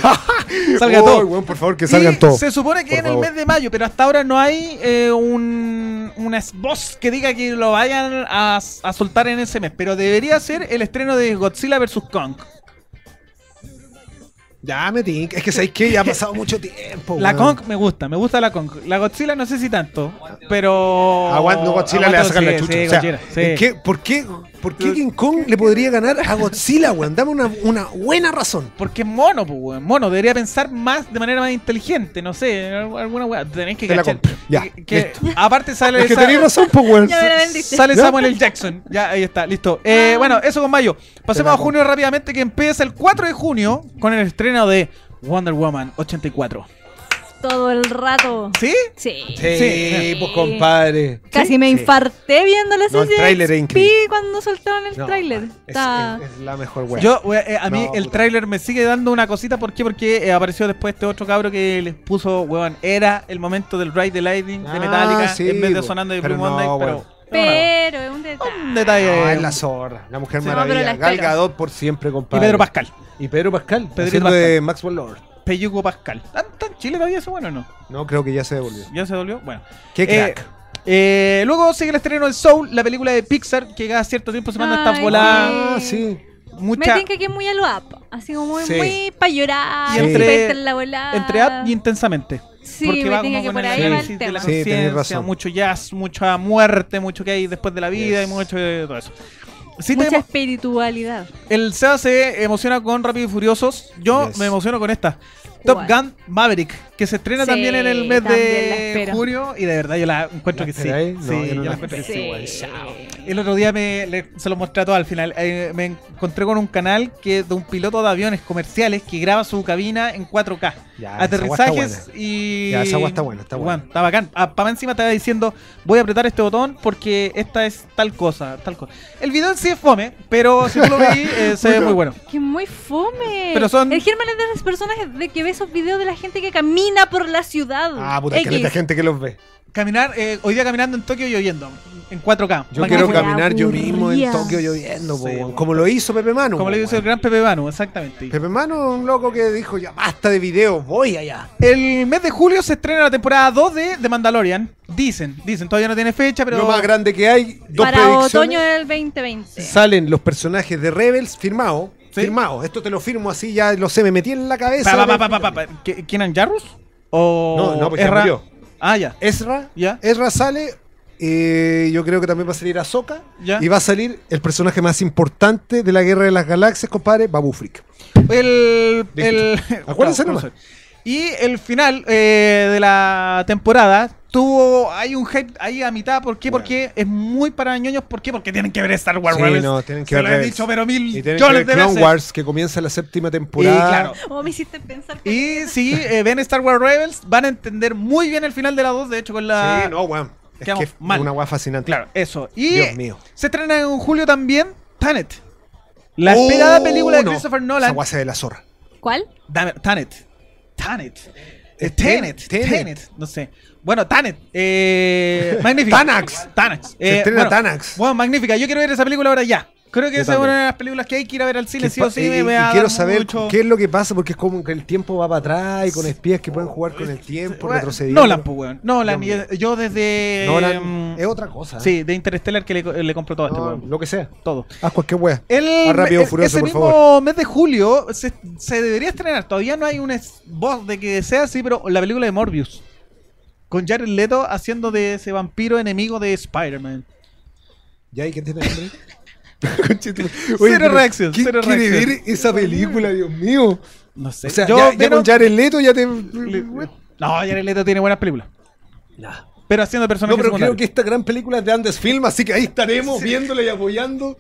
Salga
Uy,
todo.
weón, por favor, que
Y
salgan todos.
Se supone que
por
en
favor.
el mes de mayo, pero hasta ahora no hay eh, un, una voz que diga que lo vayan a, a soltar en ese mes. Pero debería ser el estreno de Godzilla vs. Kong.
Ya me tinca. Es que sabéis que ya ha pasado mucho tiempo.
La
Oh, weón.
Kong me gusta, me gusta la Kong. La Godzilla no sé si tanto, pero.
Aguanta Godzilla le va a sacar la
Godzilla,
chucha.
sí,
O sea,
Godzilla, sí.
¿en qué- ¿Por qué, por qué King Kong le podría ganar a Godzilla, weón? Dame una, una buena razón.
Porque es mono, pues, weón. Mono, debería pensar más de manera más inteligente, no sé, al- alguna weá. Tenéis que
Te la
cachar.
compro. Ya,
Que- que- aparte sale.
Es que
sa-
tenéis razón, pues, weón.
Ya me la vendiste. Ah.
Sale
¿Ya?
Samuel L. Jackson. Ya, ahí está, listo. Eh, bueno, eso con mayo. Pasemos a
Te la
junio rápidamente, que empieza el 4 de junio con el estreno de Wonder Woman 84.
Todo el rato.
¿Sí?
Sí.
Sí,
pues, compadre.
Casi me infarté viendo la
No, el
serie.
tráiler es
Vi
increíble.
cuando soltaron el
No,
tráiler.
es-
Está-
Es, es la mejor weón.
Yo, we- eh, a mí
No,
el
puta.
tráiler me sigue dando una cosita. ¿Por qué? Porque eh, apareció después este otro cabro que les puso, weón, era el momento del Ride the Lightning de
Ah,
Metallica
sí,
en vez de
po.
sonando de
Pero
Blue
no,
Monday,
weón.
pero...
Pero es un detalle.
Un detalle.
No,
eh,
es la zorra, la mujer
Sí.
No, pero la
maravilla, Gal
espero.
Gadot por siempre,
y
compadre.
Pedro Pascal.
Y Pedro Pascal,
Pedrito
haciendo de Maxwell Lord.
Peyuco Pascal. ¿Está en Chile todavía eso? Bueno, no.
No, creo que ya se devolvió.
¿Ya se volvió? Bueno.
Qué
Eh,
crack.
eh, luego sigue el estreno de Soul, la película de Pixar, que cada cierto tiempo se manda
Ay,
esta volada.
ah,
eh,
sí.
Me
Mucha.
tienen que es muy a lo app. Así como muy,
Sí.
muy para llorar.
Y
muy
entre-
pa' estar en la volada.
Entre app y intensamente.
Sí,
porque
me
va
tienen
como
que
con
por
el
ahí va
análisis
el
de la
tema.
Sí, tenés
conciencia,
razón.
mucho jazz, mucha muerte, mucho que hay después de la vida
Yes.
y mucho de todo eso. Sí
Mucha
tenemos-
espiritualidad.
el Seba se emociona con Rápido y Furiosos. Yo
Yes.
me emociono con esta. Top
¿Cuál?
Gun Maverick, que se estrena
Sí,
también en el mes
también la
de
espero.
julio. Y de verdad yo la encuentro
¿La
que sí.
esperáis? No,
Sí,
yo no
yo
la
la encuentro que sí.
Sí.
El otro día me, le- se lo mostré a todo al final. Eh, me encontré con un canal que de un piloto de aviones comerciales que graba su cabina en 4K.
Ya, Ah, esa agua
Aterrizajes
está buena.
y.
Ya, esa agua está buena, está buena.
Bueno, está bacán. para encima estaba diciendo, voy a apretar este botón porque esta es tal cosa, tal cosa. El video en sí es fome, pero si tú lo veis, eh, se ve muy bueno.
Que muy fome.
Pero son-
El Germán es de las personas de que ve esos videos de la gente que camina por la ciudad.
Ah, puta,
X.
que la gente que los ve.
Caminar, eh, hoy día caminando en Tokio lloviendo, en 4K.
Yo
Magnífico.
quiero
Qué
caminar yo
aburrida.
mismo en Tokio lloviendo,
Sí,
po,
bueno.
como lo hizo Pepe Manu.
Como
po,
le dice el
bueno.
gran Pepe Manu, exactamente.
Pepe Manu, un loco que dijo ya basta de videos, voy allá.
El mes de julio se estrena la temporada 2 de The Mandalorian. Dicen, dicen, todavía no tiene fecha, pero.
Lo más grande que hay, dos
Para
predicciones.
otoño del 2020.
Salen los personajes de Rebels firmados.
Sí.
Firmados. Esto te lo firmo así, ya lo sé, me metí en la cabeza.
Pa, pa, pa, pa, pa, pa. ¿Qué- ¿Kenan Jarrus? ¿O
No, no, pues ya
Ezra?
murió.
Ah, ya.
Ezra,
Ya.
Ezra sale. eh, yo creo que también va a salir Ahsoka
Ya.
y va a salir el personaje más importante de la Guerra de las Galaxias, compadre, Babu Frick.
El. el
Acuérdense
Claro,
nomás.
claro, sí. Y el final eh, de la temporada tuvo. Hay un hype ahí a mitad. ¿Por qué?
Bueno.
Porque es muy para ñoños. ¿Por qué? Porque tienen que ver Star Wars
Sí,
Rebels.
no, tienen
Se
que ver
lo he
Rebels.
dicho, pero mil
Y tiene que ver
millones de
Clone
veces.
Wars que comienza la séptima
Y
temporada.
claro.
Oh, me hiciste pensar que
Y si eh, ven Star Wars Rebels, van a entender muy bien el final de la 2. De hecho, con la.
Sí, no, weón. Es que
Ah, Quedamos
es
mal.
una weá fascinante.
Claro, eso. Y
Dios mío.
se estrena en julio también Tenet. La
Oh,
esperada película de
no.
Christopher
Esa
Nolan.
weá se ve la zorra.
¿Cuál?
Dame- Tenet. Tenet. Eh,
Es
Tenet,
Tenet,
Tenet,
Tenet.
no sé. Bueno, Tanet, eh, magnífica.
Tanax.
Tanax.
Se
eh,
estrena
bueno,
Tanax.
Bueno, magnífica. Yo quiero ver esa película ahora ya. Creo que
Yo
esa es
también.
una de las películas que hay que ir a ver al cine,
Que
sí o
pa-
sí.
y-
me
y
va a
quiero
dar
saber
mucho-
qué es lo que pasa, porque es como que el tiempo va para atrás y con espías que pueden jugar con el tiempo,
Bueno,
retrocediendo.
Nolan, pues, weón. Nolan,
Dios
y- yo desde.
Nolan
em,
es otra cosa.
Sí, de Interstellar que le, le compro todo a este,
No,
weón.
lo que sea.
Todo.
Haz cualquier wea.
El,
Ah, Rápido,
e-
Furioso,
ese
por
mismo mes de julio se, se debería estrenar. Todavía no hay un es- voz de que sea así, pero la película de Morbius. Con Jared Leto haciendo de ese vampiro enemigo de Spider-Man.
Ya, ¿y qué tiene
Cero reacción, cero
quiere
reacción.
ver esa película, Dios mío?
No sé.
O sea,
Yo
ya, ya
menos-
con Jared Leto ya te...
Le- No, Jared Leto tiene buenas películas. Pero haciendo
No,
personajes
pero creo
secundarios.
que esta gran película es de Andes Film, así que ahí estaremos viéndola y apoyando.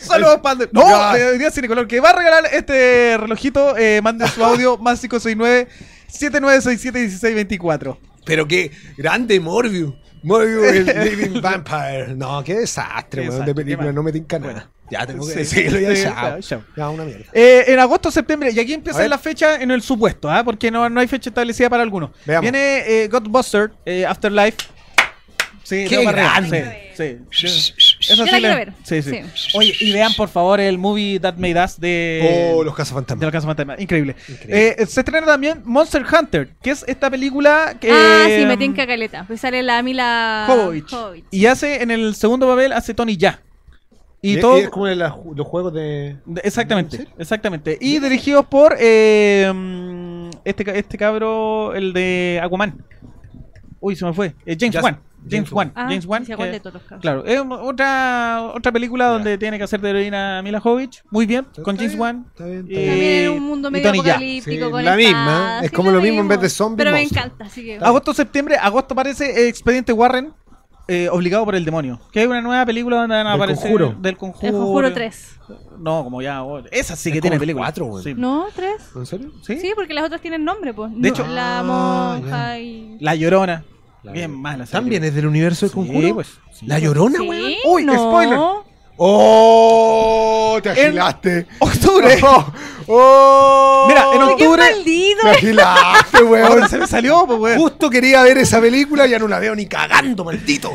Saludos, Pande. No,
Ya.
eh, hoy día Cinecolor, que va a regalar este relojito. eh, mande su audio más 569 7967 1624.
Pero qué grande Morbius. Morbius el Living Vampire. No, qué desastre,
Qué
weón,
desastre,
de
qué
película.
mal.
No me tinca
Bueno.
nada. Ya tengo que
Sí,
decirlo, ya,
sí,
chao.
ya, chao.
Ya, una mierda.
Eh, en agosto, septiembre, y aquí
A
empieza
ver.
la fecha en el supuesto, ¿ah? porque no, no hay fecha establecida para algunos.
Veamos.
Viene eh, Godbuster, eh, Afterlife. Sí,
¡Qué
Leo Barrera,
grande!
Sí, sí. Eso
Yo la
sí
quiero ver.
Sí, sí.
Sí.
Oye, y vean por favor el movie That Made Us de,
oh, los
de la
cazafantasmas.
Casa Fantasma. Increíble.
Increíble.
Eh, se estrena también Monster Hunter, que es esta película que.
ah, sí, me
mm,
tiene caleta. Pues sale la Mila
Jovovich. Y hace en el segundo papel, hace Tony Ya. Y, todo.
es como en la ju- los juegos de.
De- Exactamente,
¿En serio?
exactamente. Y dirigidos por eh, mm, este, ca- este cabro, el de Aquaman. Uy, se me fue. Eh, James
Ya-
Wan.
James
James
Wan.
Wan.
Ah,
James Wan.
Se
que-
aguante todos los cabros.
Claro, es un- otra, otra película
Ya.
donde tiene que hacer de heroína Mila Jovich. Muy bien, con
Está
James
bien,
Wan.
Está bien,
Eh,
está bien.
También en un mundo
y
medio
Tony Jaa.
apocalíptico
Sí,
con
la misma, ¿eh?
espadas.
es
Sí,
como lo mismo en vez de Ah, zombie,
Pero me
monstruo.
encanta, así que.
Agosto, septiembre. Agosto aparece Expediente Warren, eh, obligado por el demonio. Que hay una nueva película donde van a
Del
aparecer
Conjuro.
del conjuro.
El conjuro 3.
No, como ya. oh, Esa sí que
Es como
tiene
el
película.
cuatro, güey.
Sí.
¿No? ¿Tres?
¿En serio?
¿Sí?
Sí, porque las otras tienen nombre, pues.
De hecho-
La
Ah,
monja y.
La Llorona.
La
bien
Llorona.
mala. esa
También
película.
es del universo del conjuro.
Sí, pues. Sí.
La llorona,
¿Sí?
güey.
Uy,
no.
spoiler.
¡Oh! ¡Te
En-
agilaste!
¡Octubre!
¡Oh! ¡Oh!
Mira, en
¡Qué
octubre.
maldito!
¡Te agilaste, weón!
Ahora se me salió, pues, weón.
Justo quería ver esa película, ya no la veo ni cagando, maldito.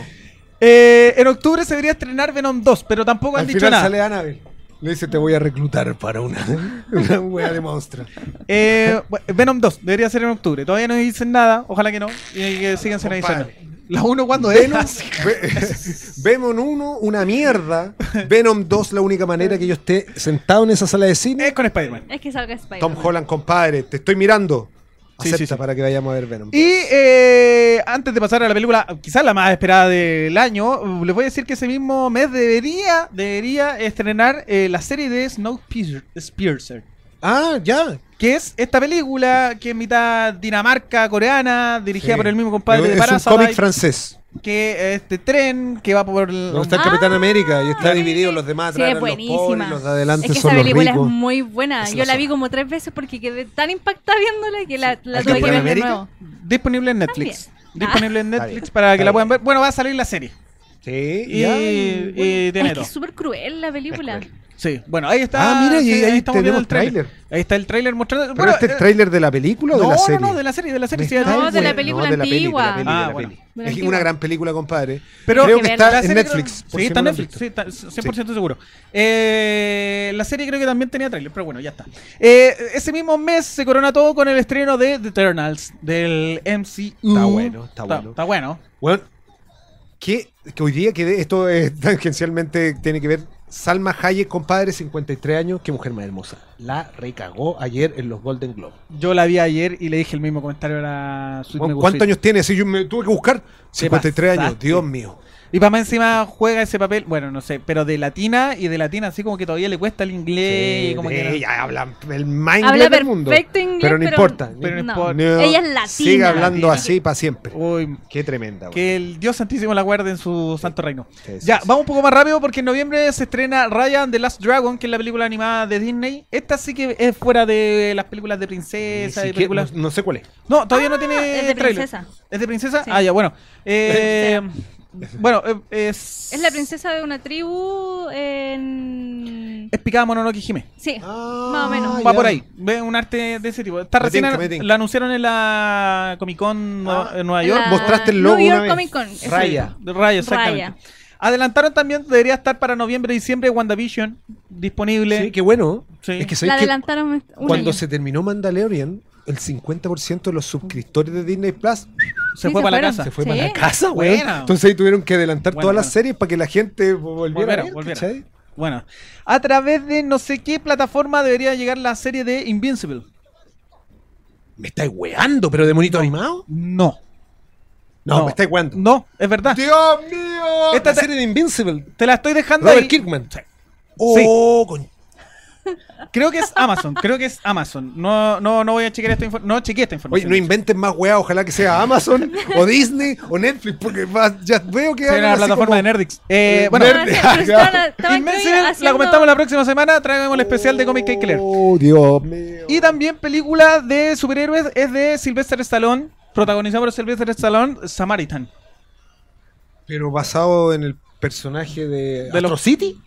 Eh, en octubre se debería estrenar Venom 2, pero tampoco han
Al
dicho
final
nada.
sale Annabelle. Le dice, te voy a reclutar para una, una wea de monstruo.
Eh, bueno, Venom 2 debería ser en octubre. Todavía no dicen nada, ojalá que no. Y que sigan analizando. ¿La 1 cuando es?
Venom, Ve- Venom 1, una mierda. Venom 2, la única manera que yo esté sentado en esa sala de cine.
Es con Spider-Man.
Es que salga Spider.
Tom Holland, compadre, te estoy mirando.
Sí,
Acepta
sí, sí.
para que vayamos a ver Venom.
Y eh, antes de pasar a la película, quizás la más esperada del año, les voy a decir que ese mismo mes debería, debería estrenar eh, la serie de Snowpiercer.
Ah, ya.
Que es esta película que es mitad dinamarca, coreana, dirigida
Sí.
por el mismo compadre de
es un
Parasite,
cómic francés.
que eh, este tren que va por... el-
Donde está el Capitán
Ah,
América y está
sí.
dividido los demás
Sí,
atrás. eran
buenísima.
Los pobres, los de adelante
Es que
son
esa
los
película
ricos.
es muy buena.
Es
Yo
la
la vi
zorra.
como tres veces porque quedé tan impactada viéndola que la, la
¿Al
tuve que
Capitán
ver de
América?
nuevo.
Disponible en Netflix.
Ah.
Disponible en
Está
Netflix
bien,
para que
está
la puedan
bien.
ver. Bueno, va a salir la serie.
Sí,
Y,
ya.
y de
es que
enero.
es súper cruel la película.
Es
Sí, bueno, ahí está.
Ah, mira, y
sí,
ahí
estamos viendo el
tenemos
tráiler.
tráiler.
Ahí está el tráiler mostrando.
¿Pero
bueno,
este es
eh,
tráiler de la película o de
no,
la serie?
No, no, de la serie, de la serie. sí,
Está
ya-
No,
bien,
de la
bueno,
película
de la peli, de la
antigua.
peli, de la
Ah, bueno.
peli.
De la
Es
antigua.
una gran película, compadre.
Pero
creo que
que
está
verla.
en
serie
Netflix.
creo-
por
sí,
si
está
no
en
lo han
Netflix, sí,
visto.
está 100% seguro. Eh, la serie creo que también tenía tráiler, pero bueno, ya está. Eh, ese mismo mes se corona todo con el estreno de The Eternals del MCU.
Está bueno, está bueno.
Está bueno.
Bueno, que, que hoy día que esto es, tangencialmente tiene que ver Salma Hayek, compadre, 53 años, qué mujer más hermosa. La recagó ayer en los Golden Globe.
Yo la vi ayer y le dije el mismo comentario a la Sweet
Bueno,
Me
¿Cuántos
Gustó.
años tiene? Si yo me tuve que buscar. 53 años,
pasaste.
Dios mío.
Y para más encima juega ese papel, bueno, no sé, pero de latina y de latina así como que todavía le cuesta el inglés. y como que no-
ella habla el más
Habla
inglés del mundo.
perfecto inglés,
pero no importa.
pero no
no.
importa.
Ella es latina.
Sigue hablando
Latina.
así para siempre.
Uy,
Qué tremenda. güey.
que el Dios Santísimo la guarde en su santo reino.
Ah, Sí, sí,
Ya,
sí.
vamos un poco más rápido porque en noviembre se estrena Ryan the Last Dragon, que es la película animada de Disney. Esta sí que es fuera de las películas de
Ni
princesa, de
siquiera-
películas.
no, no sé cuál es.
No, todavía no tiene
Ah, es de
tráiler.
princesa.
¿Es de princesa?
Sí.
Ah, ya, bueno. Eh, bueno, eh, es.
Es la princesa de una tribu en...
Es picada Mononoke Hime.
Sí.
Ah,
Más o menos.
Va
ya.
por ahí, ve un arte de ese tipo. Está
Me
recién
tinca, me tinca.
la anunciaron en la Comic Con Nueva-
Ah.
en Nueva York.
La-
mostraste el logo
New York
una vez.
Comic Con. eso
Raya.
De Raya, exactamente.
Raya.
Adelantaron también, debería estar para noviembre y diciembre WandaVision disponible.
Sí, qué bueno.
Sí.
Es que
mismo. La
sabes que
adelantaron un
cuando
año.
se terminó Mandalorian, el 50% de los suscriptores de Disney Plus
se
Sí,
fue para
se
la
fueron.
casa.
se fue
Sí.
para la casa, güey.
Buena.
Entonces ahí tuvieron que adelantar
Buena,
todas las
buena.
series para que la gente volviera.
Volviera,
a ver,
volviera.
¿cachai?
Bueno, a través de no sé qué plataforma debería llegar la serie de Invincible.
Me estáis weando, pero de monito animado.
No,
No,
No.
me estáis weando.
no, es verdad.
¡Dios mío!
Esta
Esta
te-
serie de Invincible.
Te la estoy dejando
Robert
ahí.
Kirkman. Oh, con-
Creo que es Amazon, creo que es Amazon. No, no, no voy a chequear esta información. No chequeé esta
Oye,
información.
no inventen más weá, ojalá que sea Amazon o Disney o Netflix, porque va- ya veo que
Sí, era
hagan
la
así
plataforma
como-
de Nerdix. Eh,
Eh,
bueno,
Estaban
Nerd-
haciendo- pero estaban- estaban, creo,
Invincible, la
haciendo-
comentamos la próxima semana. Traemos el especial de Comic Cake Killer.
Oh, Dios mío.
Y también película de superhéroes es de Sylvester Stallone, protagonizada por Sylvester Stallone, Samaritan.
Pero basado en el personaje de,
De los-
City.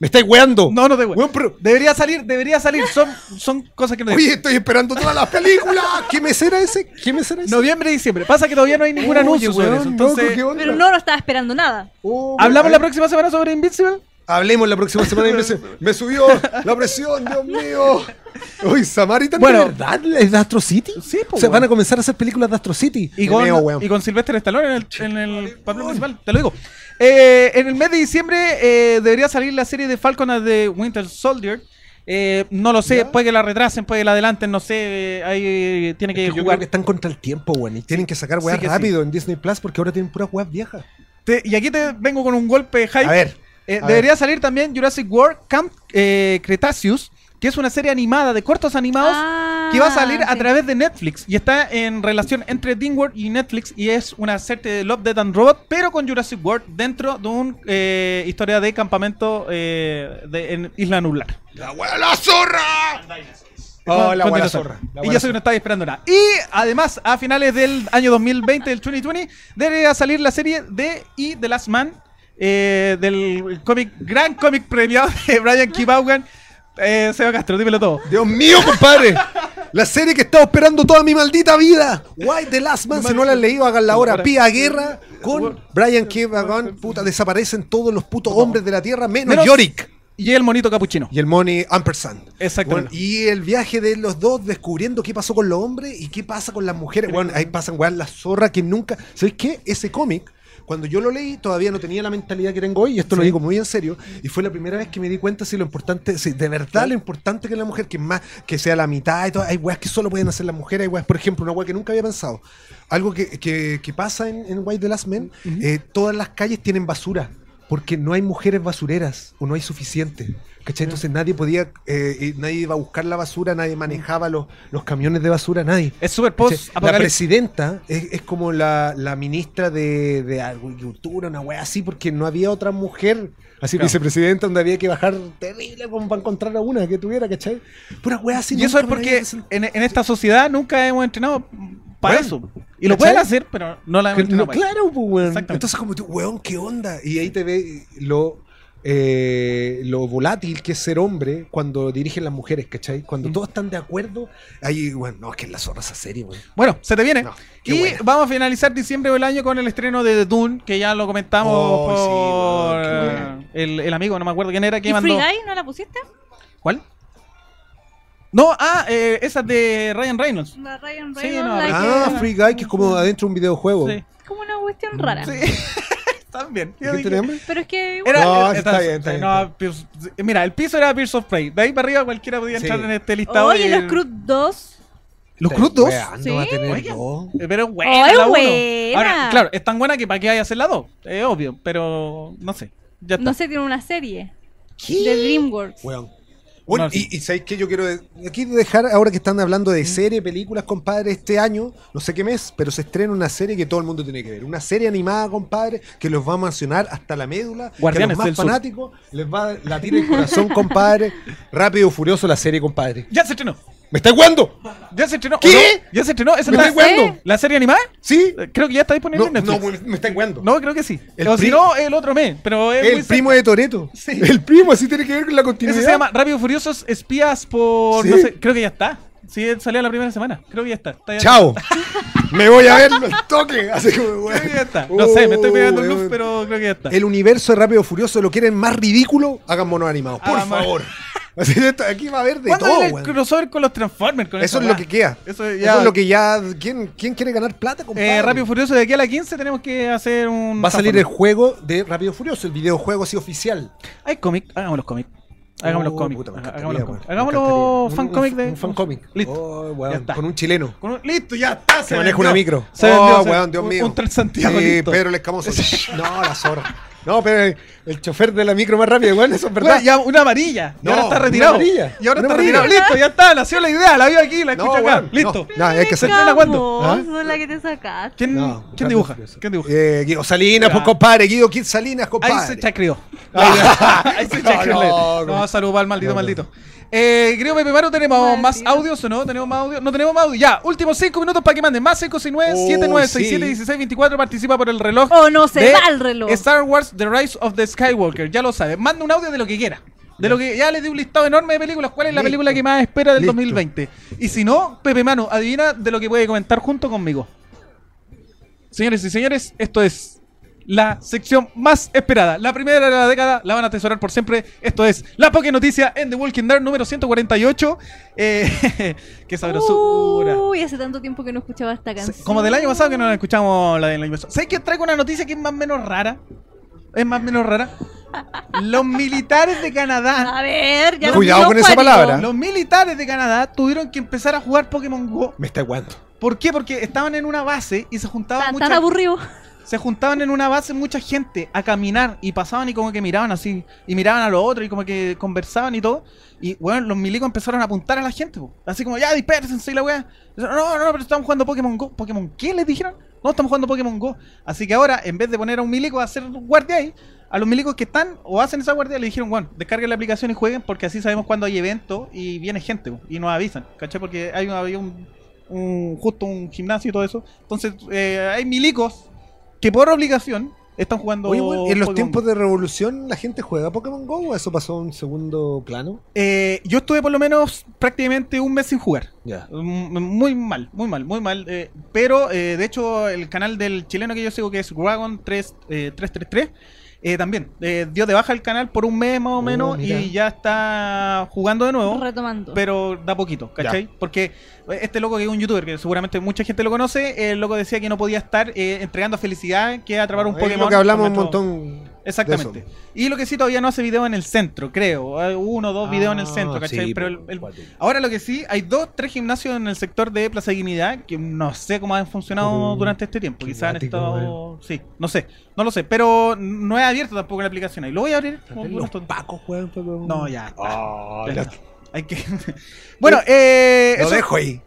Me estáis weando.
No, no te voy.
Weón, pero-
Debería salir, debería salir. Son, son cosas que no
Oye, estoy esperando todas las películas. ¿Qué mesera ese? ¿Qué mesera ese?
Noviembre y diciembre. Pasa que todavía no hay ningún anuncio
Oye,
sobre
weón,
eso.
loco,
Entonces,
¿qué onda?
Pero no, no estaba esperando nada.
Oh,
¿hablamos
weón.
la próxima semana sobre Invincible?
Hablemos la próxima semana. y me, dice, me subió la presión, Dios mío. Uy, Samaritan,
Bueno.
¿de verdad es de Astro City?
Sí, po,
O sea,
weón.
van a comenzar a hacer películas de Astro City.
Y
Me
con,
meo, weón.
y con Sylvester Stallone en el, en el papel principal, te lo digo. Eh, en el mes de diciembre eh, debería salir la serie de Falcon and the Winter Soldier. Eh, no lo sé,
¿Ya?
puede que la retrasen, puede que la adelanten, no sé. eh, ahí eh, tiene
Es
que
que yo
jugar.
creo que están contra el tiempo, weón. Y tienen que sacar
Sí
weas
que sí.
rápido en Disney Plus porque ahora tienen puras weas viejas.
Te- y aquí te vengo con un golpe de hype.
A ver.
Eh,
a
debería salir también Jurassic World Camp eh, Cretaceous, que es una serie animada de cortos animados
Ah,
que va a salir a
sí.
través de Netflix y está en relación entre Teen World y Netflix y es una serie de Love, Death and Robot pero con Jurassic World dentro de una historia de campamento eh, de, en Isla Nublar
¡La wea la zorra!
Con-
Oh,
con
la wea la
dinosaurio.
zorra.
y
la
yo sé
wea la
que no
zorra.
estaba esperando nada. Y además, a finales del año 2020, del 2020, debería salir la serie de Y The Last Man, eh, del cómic, gran cómic premiado de Brian Kibaugan. Eh, Seba Castro, dímelo todo.
Dios mío, compadre. La serie que he estado esperando toda mi maldita vida. Why The Last Man, si no la han leído, háganla ahora. Pía Guerra con Brian Kevagan. Puta, desaparecen todos los putos hombres de la Tierra, menos
Menos-
Yorick.
Y el monito capuchino.
Y el Money Ampersand.
Exactamente.
Bueno, y el viaje de los dos descubriendo qué pasó con los hombres y qué pasa con las mujeres. Bueno, ahí pasan weón, las zorras que nunca. ¿Sabes qué? Ese cómic Cuando yo lo leí, todavía no tenía la mentalidad que tengo hoy, y esto lo digo muy en serio, y fue la primera vez que me di cuenta si lo importante, si de verdad lo importante que es la mujer, que más, que sea la mitad y todo, hay weas que solo pueden hacer las mujeres, hay weas, por ejemplo, una wea que nunca había pensado. Algo que, que- que pasa en, en White the Last Men, eh, todas las calles tienen basura. Porque no hay mujeres basureras o no hay suficiente. ¿Cachai? Entonces nadie podía, eh, y nadie iba a buscar la basura, nadie manejaba los, los camiones de basura, nadie.
Es super
¿Cachai?
post
La
apocalipsis.
presidenta es, es como la, la ministra de, de agricultura, una wea así, porque no había otra mujer. Así,
Claro.
vicepresidenta, donde había que bajar terrible como para encontrar a una que tuviera, ¿cachai? Pura wea así.
Y eso es
nunca me la
porque
había pensado.
en, en esta sociedad nunca hemos entrenado para
Bueno,
eso. Y lo
¿cachai?
pueden hacer, pero no la hemos
Que-
entrenado
no,
para eso.
claro, pues, weón.
Exactamente.
Entonces, como tú, weón, ¿qué onda? Y ahí te ve lo, eh, lo volátil que es ser hombre cuando dirigen las mujeres, ¿cachai? Cuando todos están de acuerdo, ahí, bueno, no, es que es la zorra esa serie, weón.
Bueno, se te viene.
No, qué
y
buena.
vamos a finalizar diciembre del año con el estreno de The Dune, que ya lo comentamos
Oh,
por
sí,
eh,
bueno,
el, el amigo, no me acuerdo quién era, que
¿Y Free
mandó.
Guy no la pusiste?
¿Cuál? No, ah, eh, esa es de Ryan Reynolds.
La Ryan
Sí,
Reynolds.
no,
la
Ah,
que-
Free Guy, que es como adentro de un videojuego.
Sí.
Es como una cuestión rara.
Sí. También. Yo
¿Quién
dije-
tiene hambre?
Pero es que igual,
Era,
No,
eh,
está
entonces,
bien, está bien,
no,
está bien.
Pierce- mira, el piso era Pierce of Prey. De ahí para arriba cualquiera podía
Sí.
entrar en este listado.
Oye,
y-
los Cruz 2.
¿Los
Cruz
Cruz 2?
Sí.
va a tener
Oigan.
dos.
Eh, Pero es
Oh,
buena.
es
la uno.
buena.
Ahora, claro, es tan buena que para qué hay hacer la dos. Es obvio, pero no sé. Ya está.
No sé, tiene una serie de DreamWorks.
Weón. Bueno,
No,
y,
sí.
y ¿sabéis qué? Yo quiero de- aquí dejar, ahora que están hablando de serie, películas, compadre, este año, no sé qué mes, pero se estrena una serie que todo el mundo tiene que ver. Una serie animada, compadre, que los va a mencionar hasta la médula, que a
Guardianes
los más
del Sur.
fanáticos les va a latir el corazón, compadre. Rápido, furioso la serie, compadre.
Ya se estrenó.
¿Me está jugando?
Ya se estrenó. ¿o
¿Qué?
no? Ya se estrenó. ¿Esa
¿Me
es la,
está jugando?
la serie animada?
¿Sí?
Eh, Creo que ya está disponible
No,
en Netflix.
no,
No,
me, me está jugando.
creo que sí.
El
o si
pri-
no, el otro mes. Pero es muy
el
cerca.
primo de Toreto.
Sí.
El primo, así tiene que ver con la continuidad.
Ese se llama Rápido y Furiosos Espías por.
Sí.
No sé, creo que ya está. Sí, salió la primera semana. Creo que ya está. Está ya-
Chao. Me voy a verlo al toque. Así como,
Creo que ya
weón.
está. No sé, me estoy pegando el
Oh,
loop,
weón.
pero creo que ya está.
El universo de Rápido Furioso lo quieren más ridículo, hagan monos animados, por
Ah, ma-
favor. Así que esto- aquí va a haber de
¿Cuándo
todo,
viene el
weón.
crossover con los Transformers? con
Eso
esa
es lo
weá?
que queda.
Eso ya.
Eso es lo que ya. ¿Quién, quién quiere ganar plata, compadre?
Eh, Rápido y Furioso, de aquí a la 15 tenemos que hacer un.
Va a salir el
Transformers.
juego de Rápido Furioso, el videojuego así oficial.
Hay cómic, hagamos los cómics. Hagamos los
Oh,
cómics.
puta, me encantaría,
Hagamos los
weón,
cómics.
me
Hagamos
encantaría.
los
Un-
fan
un-
cómic de.
Un fan cómic.
Listo.
Oh, weón,
Ya está.
Con un chileno.
Con un- Listo, ya está.
Se maneja
vendió.
una micro.
Se vendió,
oh,
se-
weón, Dios
un-
mío.
Un Transantiago.
Sí,
listo.
Pedro el Escamoso. no, la zorra. No, pero el chofer de la micro más rápido, weón, eso es verdad.
Weón, ya una amarilla. y
No,
ahora está
una
retirado.
amarilla,
Y ahora
una
está
amarilla.
retirado. Listo, ya está. Nació la idea. La vio aquí, la escucho acá.
weón,
Listo.
No, no, hay que
¿Qué
hacer.
¿Estrena cuándo?
vos,
¿Ah?
no la que te sacaste.
¿Quién,
No,
¿quién
Rápido
dibuja?
y Furioso.
¿Quién dibuja?
Eh, Guido Salinas,
Ya.
pues compadre, Guido Kid Salinas,
Ahí se
compadre.
chacrió. Ahí se chacrió.
No,
No,
no.
saludos al maldito,
No, no.
maldito. Eh, creo Pepe Maro, ¿tenemos
Maldito.
más audios o no? ¿Tenemos más audios? No tenemos más audios. Ya, últimos 5 minutos para que manden. Más 569
Oh,
7967
sí.
1624 participa por el reloj.
O no se
de
va el reloj.
Star Wars The Rise of the Skywalker. Ya lo sabe. Manda un audio de lo que quiera. De lo que ya les di un listado enorme de películas. ¿Cuál es la
Listo.
película que más espera del
Listo.
2020? Y si no, Pepe Mano, adivina de lo que puede comentar junto conmigo. Señores y señores, esto es la sección más esperada. La primera de la década la van a atesorar por siempre. Esto es la Poké Noticia en The Walking Dead número 148. Eh, ¡Qué sabrosura!
Uy, hace tanto tiempo que no escuchaba esta canción.
Como del año pasado que no la escuchamos la del año pasado. ¿Sabes que traigo una noticia que es más o menos rara? Es más o menos rara. Los militares de Canadá.
A ver, ya
No,
nos
cuidado
dio
con esa
cuático.
palabra.
Los militares de Canadá tuvieron que empezar a jugar Pokémon Go.
Me está aguando.
¿Por qué? Porque estaban en una base y se juntaban
Tan,
muchas
tan aburrido.
se juntaban en una base mucha gente a caminar y pasaban y como que miraban así y miraban a los otros y como que conversaban y todo y bueno los milicos empezaron a apuntar a la gente po. así como ya dispersense y la weá no no no pero estamos jugando Pokémon Go Pokémon ¿qué les dijeron? no estamos jugando Pokémon Go así que ahora en vez de poner a un milico a hacer guardia ahí a los milicos que están o hacen esa guardia le dijeron bueno descarguen la aplicación y jueguen porque así sabemos cuando hay evento y viene gente po, y nos avisan ¿cachai? porque hay un, había un, un- justo un gimnasio y todo eso entonces eh, hay milicos que por obligación están jugando.
Oye, weón, en los
Pokémon
tiempos
Go.
de revolución la gente juega Pokémon Go o eso pasó a un segundo plano.
Eh, yo estuve por lo menos prácticamente un mes sin jugar.
Ya.
Mm, Muy mal, muy mal, muy mal. eh, pero eh, de hecho, el canal del chileno que yo sigo, que es Wagon 3, eh, 333, eh, también eh, dio de baja el canal por un mes más o
Oh,
menos
mira.
y ya está jugando de nuevo.
Retomando.
Pero da poquito, ¿cachai? Porque este loco que es un youtuber, que seguramente mucha gente lo conoce, el loco decía que no podía estar eh, entregando felicidad, que atrapar un
Ah, Es
Pokémon.
Lo que hablamos
con
un
nuestro-
montón.
Exactamente.
de
Y lo que sí todavía no hace video en el centro, creo. Hay Uno o dos videos en el centro,
Ah,
¿cachai?
sí,
Pero
po,
el- el-
cuático.
ahora lo que sí, hay dos, tres gimnasios en el sector de Plaza Dignidad que no sé cómo han funcionado
Mm,
durante este tiempo.
qué
Quizás han
cuático,
estado. Sí, no sé, no lo sé. Pero no he abierto tampoco la aplicación ahí. Lo voy a abrir. como por
Los
esto-
pacos juegan Pokémon.
No, ya. está.
Ah,
Ya
la-
está. Hay que. bueno, eh,
Lo
eso,
dejo ahí.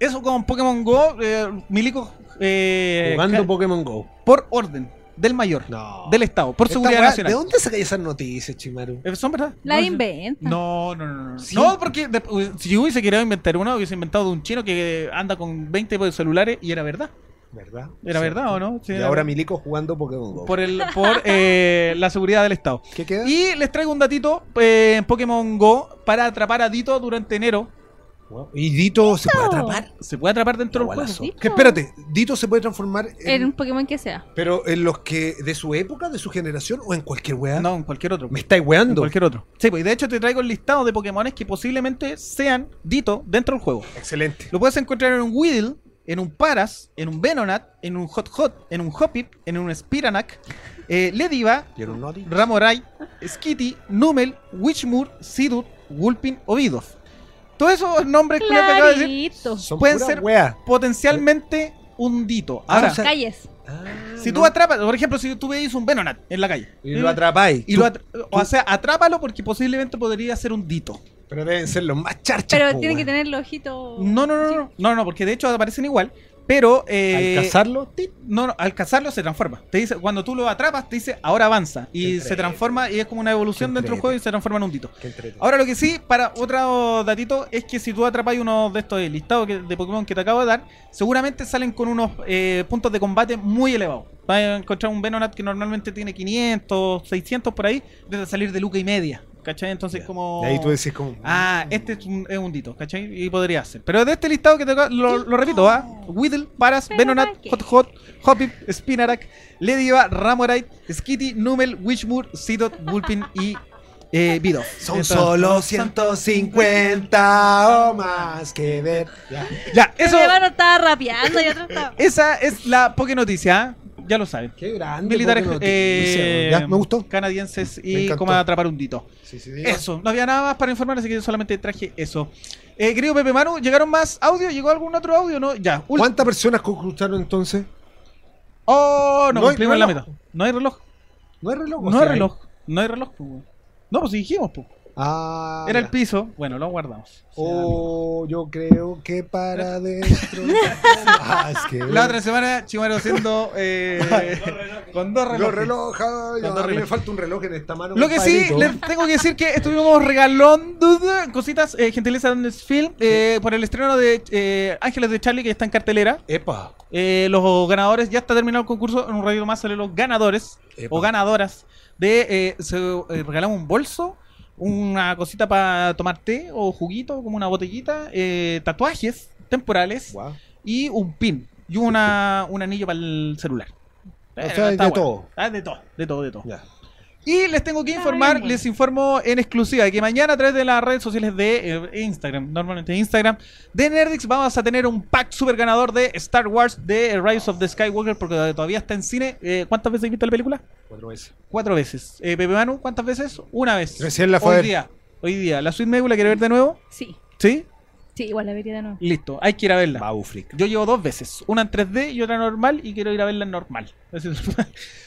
eso con Pokémon Go, eh, Milico. eh,
Jugando
ca-
Pokémon Go.
por orden del mayor,
No.
del Estado, por
Esta
seguridad
weá,
nacional.
¿De dónde sacáis esas noticias, Chimaru?
Eh, ¿Son verdad?
La
No,
inventa.
No, no, no, no.
Sí.
No, porque de- u- si yo hubiese querido inventar una, hubiese inventado de un chino que anda con 20 celulares y era verdad.
¿Verdad?
¿Era verdad o no? Sí,
y
era
ahora
verdad.
Milico jugando Pokémon Go.
Por, el, por eh, la seguridad del Estado.
¿Qué queda?
Y les traigo un datito eh, en Pokémon Go para atrapar a Dito durante enero.
¿Y Dito se puede atrapar?
Se puede atrapar dentro del juego.
Gualazo. Que espérate, Dito se puede transformar en,
En un Pokémon que sea.
pero en los que de su época, de su generación o en cualquier weá.
No, en cualquier otro.
Me estáis
En
weando.
cualquier otro. Sí, pues y de hecho te traigo el listado de Pokémones que posiblemente sean Dito dentro del juego.
Excelente.
Lo puedes encontrar en un Weedle, en un Paras, en un Venonat, en un Hot Hot, en un Hoppip, en un Spiranac, eh, Lediva,
¿Vieron Noti?
Ramorai, Skitty, Numel, Witchmoor, Sidut, Wulpin o Bidoff. Todos esos nombres culiados que acabo de decir
Clarito.
Son
pueden
pura
ser-
weá.
potencialmente un dito. Ahora,
o sea,
Calles.
si
no.
tú atrapas, por ejemplo, si tú veis un Venonat en la calle
y lo atrapáis.
y
tú-
lo atra- o sea, atrápalo porque posiblemente podría ser un dito.
Pero deben ser los más charchas.
Pero
po,
tienen que
weón.
tener los ojitos.
No, no, no, no, no, no, porque de hecho aparecen igual, pero eh,
Al cazarlo, tit.
No, no, al cazarlo se transforma. Te dice, cuando tú lo atrapas, te dice, ahora avanza. Y
entrete.
se transforma y es como una evolución
Qué
dentro del
entrete.
juego y se transforma en un dito.
Qué entrete.
Ahora lo que sí, para otro datito, es que si tú atrapas uno de estos listados que- de Pokémon que te acabo de dar, seguramente salen con unos eh, puntos de combate muy elevados. Vas a encontrar un Venonat que normalmente tiene 500, 600 por ahí, desde salir de luca y media. ¿Cachai? Entonces
Ya.
como...
Y ahí tú decís como.
Ah, este es un, es un dito, ¿cachai? Y podría ser. Pero de este listado que te acabo- lo, lo repito, ¿ah? Whittle, Paras,
Pero
Venonat,
¿para qué?
Hot Hot, Hoppip, Spinarak, Lediva, Ramorite, Skitty, Numel, Wishmoor, Sidot, Bulpin y eh, Bidoff.
Son
Entonces-
solo 150 o más que ver. Ya.
Ya,
Eso...
eso,
Mi hermano estaba rapeando y otro estaba.
esa es la Poké Noticia, ¿ah? Ya lo saben.
Qué grande.
Militares
Pokémon.
eh,
Ya, me gustó. Eh,
canadienses
Me
y
encantó.
cómo atrapar un dito.
Sí, sí, sí.
Eso, no había nada más para informar, así que yo solamente traje eso. Eh, querido Pepe Manu, ¿llegaron más audio? ¿Llegó algún otro audio? No, ya. último.
¿Cuántas personas concursaron entonces?
Oh, no,
No hay
cumplimos la
reloj.
meta. No hay reloj.
No hay reloj. o
No
sí
hay
hay?
reloj. No hay reloj, pues, weón. No, pues dijimos, pues.
Ah,
Era el
ya.
piso. Bueno, lo guardamos.
Oh, yo creo que para adentro. Ah, es que-
La otra semana, Chimaro siendo. eh, con dos
Los
relojes.
relojes, ay,
Los
a
dos
mí me
relojes.
falta un reloj en esta mano.
Lo que sí,
compadrito.
les tengo que decir que estuvimos regalando cositas, eh, gentileza de Andes Film, eh, por el estreno de eh, Ángeles de Charlie, que está en cartelera.
Epa,
Eh, los ganadores, ya está terminado el concurso. En un ratito más salen los ganadores
Epa.
o ganadoras de. eh, se eh, regalamos un bolso, una cosita para tomar té o juguito, como una botellita, eh, tatuajes temporales
guau.
y un pin y una, un anillo para el celular. Eh,
O sea, hay
está
de
bueno.
todo.
Ah, de todo, de todo, de todo.
Ya.
Y les tengo que informar, les informo en exclusiva que mañana a través de las redes sociales de eh, Instagram, normalmente Instagram, de Nerdix vamos a tener un pack super ganador de Star Wars de Rise of the Skywalker porque todavía está en cine. Eh, ¿Cuántas veces viste la película?
Cuatro veces.
Cuatro veces. Eh, Pepe Manu, ¿cuántas veces? Una vez.
Recién la fue a
Hoy
ver.
día. Hoy día. ¿La Suite Nebula quiere ver de nuevo?
Sí,
¿Sí?
sí, igual la vería de nuevo.
Listo. Hay que ir a verla.
Baufric.
Yo llevo dos veces, una en 3D y otra normal, y quiero ir a verla en normal.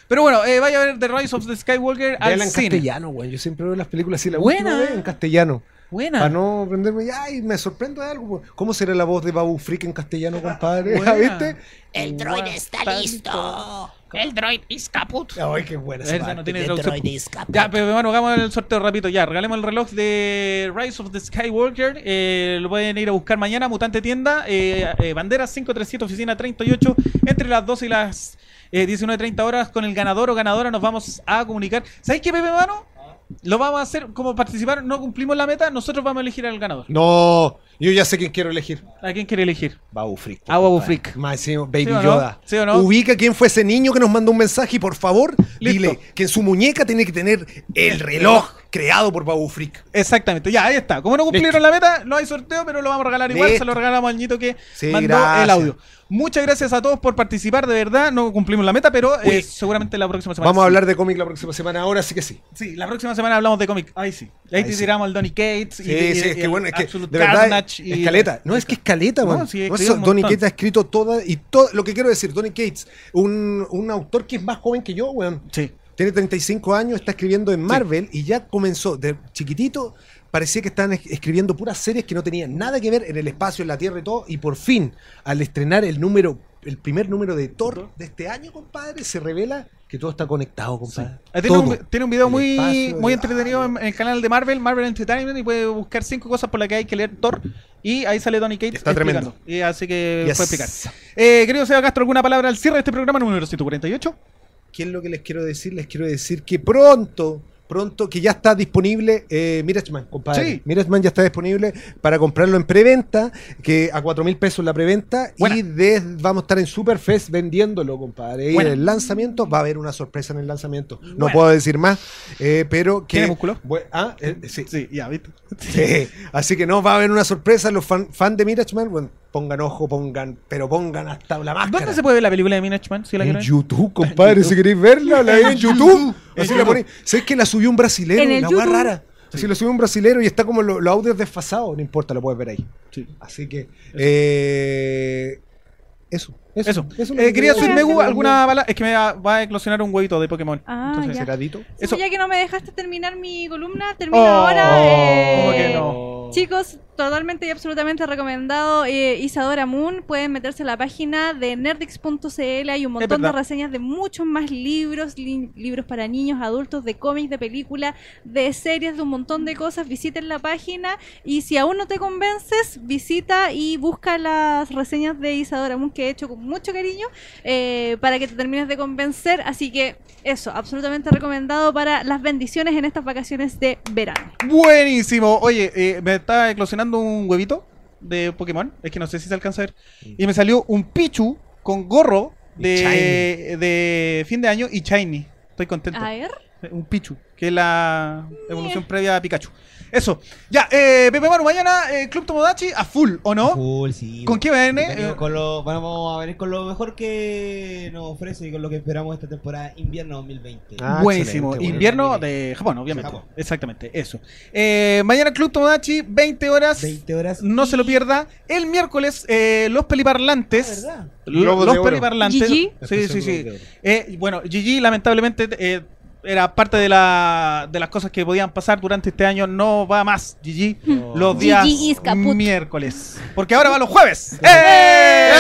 Pero bueno, eh, vaya a ver The Rise of the Skywalker al
Véala en
cine.
castellano, güey. Yo siempre veo las películas así. La
Buena.
última vez en castellano. Para
Buena.
no prenderme. Ay, me sorprendo de algo. güey. ¿Cómo será la voz de Babu Freak en castellano, compadre?
Buena.
¿Viste?
El droid está, listo. El droid is caput.
Ay, qué buena esa
Esa no
parte.
tiene
El
traducción.
droid is caput.
Ya, pero bueno, hagamos el sorteo rapidito. Ya, regalemos el reloj de Rise of the Skywalker. eh, lo pueden ir a buscar mañana, Mutante Tienda. Eh, eh, bandera 537, oficina 38. Entre las 12 y las eh, 19.30 horas, con el ganador o ganadora nos vamos a comunicar. ¿Sabéis qué, Pepe Mano? Lo vamos a hacer como participar, no cumplimos la meta, nosotros vamos a elegir al ganador.
No, Yo ya sé quién quiero elegir.
¿A quién quiere elegir?
Baufrick.
A Babufrick.
Más encima, Baby
¿Sí o no?
Yoda.
¿Sí o no?
Ubica quién fue ese niño que nos mandó un mensaje y por favor, dile que en su muñeca tiene que tener el reloj creado por Babufrick.
Exactamente, ya, ahí está. Como no cumplieron la meta, no hay sorteo, pero lo vamos a regalar igual.
Listo.
Se lo regalamos al ñito que
Sí,
mandó
gracias.
el audio. Muchas gracias a todos por participar, de verdad. No cumplimos la meta, pero eh, seguramente la próxima semana.
Vamos
sí.
a hablar de cómic la próxima semana, ahora sí que sí.
Sí, la próxima semana hablamos de cómic. Ahí sí. Ahí,
Ahí
te
sí.
tiramos al Donny Cates.
Sí,
y- y-
sí,
y
es que
el
bueno, es que
Absolute
de verdad
Carnage y-
escaleta, no es que escaleta,
No,
weón.
sí, he
No,
escrito
eso,
un
Donny
montón.
Cates ha escrito toda y todo lo que quiero decir, Donny Cates, un, un autor que es más joven que yo, weón.
Sí.
Tiene 35 años, está escribiendo en Marvel y ya comenzó de chiquitito. Parecía que estaban es- escribiendo puras series que no tenían nada que ver en el espacio, en la Tierra y todo. Y por fin, al estrenar el número, el primer número de Thor de este año, compadre, se revela que todo está conectado, compadre.
Ah, Tiene
Todo.
un, tiene un video
El
muy,
espacio,
muy
el-
entretenido en, en el canal de Marvel, Marvel Entertainment, y puede buscar cinco cosas por las que hay que leer Thor. Y ahí sale Donny Cates.
Está tremendo.
explicando. Y así que
Yes.
puede explicar. Eh, querido Seba Castro, ¿alguna palabra al cierre de este programa número 148?
¿Qué es lo que les quiero decir? Les quiero decir que pronto, pronto, que ya está disponible eh, Mirachman, compadre.
Sí.
Mirachman ya está disponible para comprarlo en preventa, que a 4 mil pesos la preventa.
Buena.
Y des- vamos a estar en Superfest vendiéndolo, compadre. Y en
Buena.
el lanzamiento va a haber una sorpresa en el lanzamiento. No
Buena.
puedo decir más, eh, pero que...
¿Tiene músculo?
Bue- ah, eh, sí.
Sí, ya, ¿viste?
Sí. Así que no, va a haber una sorpresa. Los fan- fans de Mirachman, bueno, pongan ojo, pongan, pero pongan hasta la máscara.
¿Dónde se puede ver la película de Minachman? Si la
Ah, En
quieren
YouTube, compadre, si queréis verla, la veis en YouTube. Así
En
la
YouTube.
ponéis. ¿Sabes que la subió un brasilero?
En el
la weá
YouTube.
rara. Así la subió un brasilero y está como lo- los audios desfasados. No importa, lo puedes ver ahí. Así que. eh, Eso. Eso.
Eso.
eso es lo
Eh, quería
quería
hacer,
decir.
Megu, alguna bala. Es que me va, va a eclosionar un huevito de Pokémon.
Ah,
Entonces,
ya.
será-
Ceradito.
Sí,
Eso-
Ya que no me dejaste terminar mi columna, termino
Oh,
ahora. eh,
¿cómo que no?
Chicos, totalmente y absolutamente recomendado eh, Isadora Moon. Pueden meterse a la página de nerdix.cl. Hay un montón de
verdad.
reseñas de muchos más libros, li- libros para niños, adultos, de cómics, de películas, de series, de un montón de cosas. Visiten la página y si aún no te convences, visita y busca las reseñas de Isadora Moon que he hecho con mucho cariño eh, para que te termines de convencer. Así que eso, absolutamente recomendado para las bendiciones en estas vacaciones de verano.
Buenísimo. Oye, eh, me está eclosionando un huevito de Pokémon. Es que no sé si se alcanza a ver. Y me salió un Pichu con gorro de, de fin de año y Shiny. Estoy contento.
A ver.
Un Pichu, que es la evolución previa a Pikachu. Eso. Ya, eh, Pepe Manu, mañana eh, Club Tomodachi a full, ¿o no?
Full, sí.
¿Con qué viene?
Venimos
Eh,
con lo- vamos a venir con lo mejor que nos ofrece y con lo que esperamos esta temporada invierno 2020.
Ah,
Buenísimo.
excelente, bueno.
Invierno de Japón, obviamente.
Japón.
Exactamente, eso. Eh, mañana Club Tomodachi, 20 horas.
20 horas.
No se lo pierda. El miércoles, eh, los peliparlantes.
¿Verdad?
Lo-
Globos
Los
de oro.
peliparlantes.
Gigi.
Sí, sí, sí.
Especial Globos de Oro.
Eh, bueno, Gigi lamentablemente eh, era parte de, la, de las cosas que podían pasar durante este año. No va más Gigi los
Hmm. Gigi
días
is kaput.
miércoles. Porque ahora va los jueves. ¡Eh!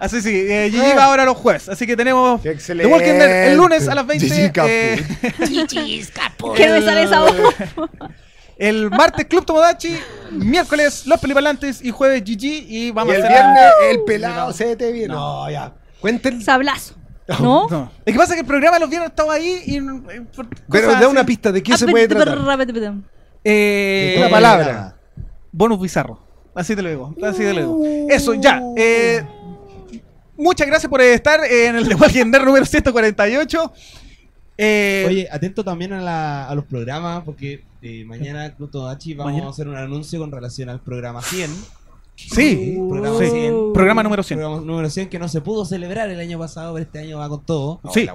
Así sí, eh, Gigi va ahora los jueves. Así que tenemos
Qué
The Walking Dead el lunes a las 20.
Gigi Caput.
eh,
Chichis, capo.
¿Qué me sale esa voz?
el martes Club Tomodachi, miércoles Los Peliparlantes y jueves Gigi. Y
Y
vamos
el
a hacer...
viernes, el pelado se te viene. No, ya. Cuenten.
Sablazo.
Ah,
¿No?
No. Es que pasa que el programa los viernes estaba ahí y... eh, por
Pero
cosas
da
así.
una pista
Ah,
de qué se puede tratar.
Eh,
Una palabra.
Bonus bizarro. Así te lo digo. Así te lo digo.
Uh.
Eso, ya. eh, muchas gracias por estar en el de Walking Dead número 148. Eh,
Oye, atento también a, la- a los programas porque eh, mañana Club Todachi vamos
Mañana.
a hacer un anuncio con relación al programa 100.
sí.
uh, Programa
sí.
100.
Programa número 100.
Programa número 100 que no se pudo celebrar el año pasado, pero este año va con todo.
sí.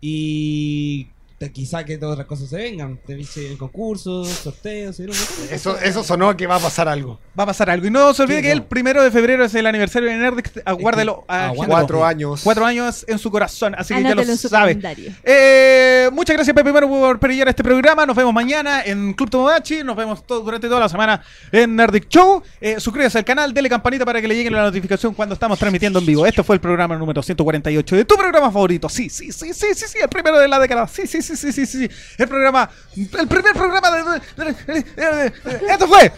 Y te- quizá que todas las cosas se vengan. Te dicen concursos, sorteos, se vienen un montón de
Eso,
cosas.
eso sonó que va a pasar algo.
Va a pasar algo. Y no se olvide
Sí,
que
no.
el primero de febrero es el aniversario de Nerdix. Aguárdelo.
aguárdalo.
agéndalo.
Cuatro años.
Cuatro años en su corazón. Así que
Anótalo
ya lo
en su
sabe.
calendario.
Eh, muchas gracias Pepe Maro por perillar este programa. Nos vemos mañana en Club Tomodachi. Nos vemos todo- durante toda la semana en Nerdic Show. Eh, suscríbase al canal, dele campanita para que le llegue la notificación cuando estamos transmitiendo en vivo. Este fue el programa número 148 de tu programa favorito. Sí, sí, sí, sí, sí, sí. El primero de la década. Sí, sí, sí, sí, sí, sí. El programa. El primer programa de. de- de- de- de- de- esto fue.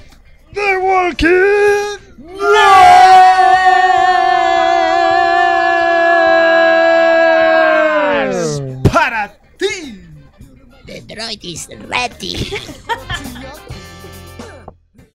The Walking Nerds. Para ti.
Detroit is ready.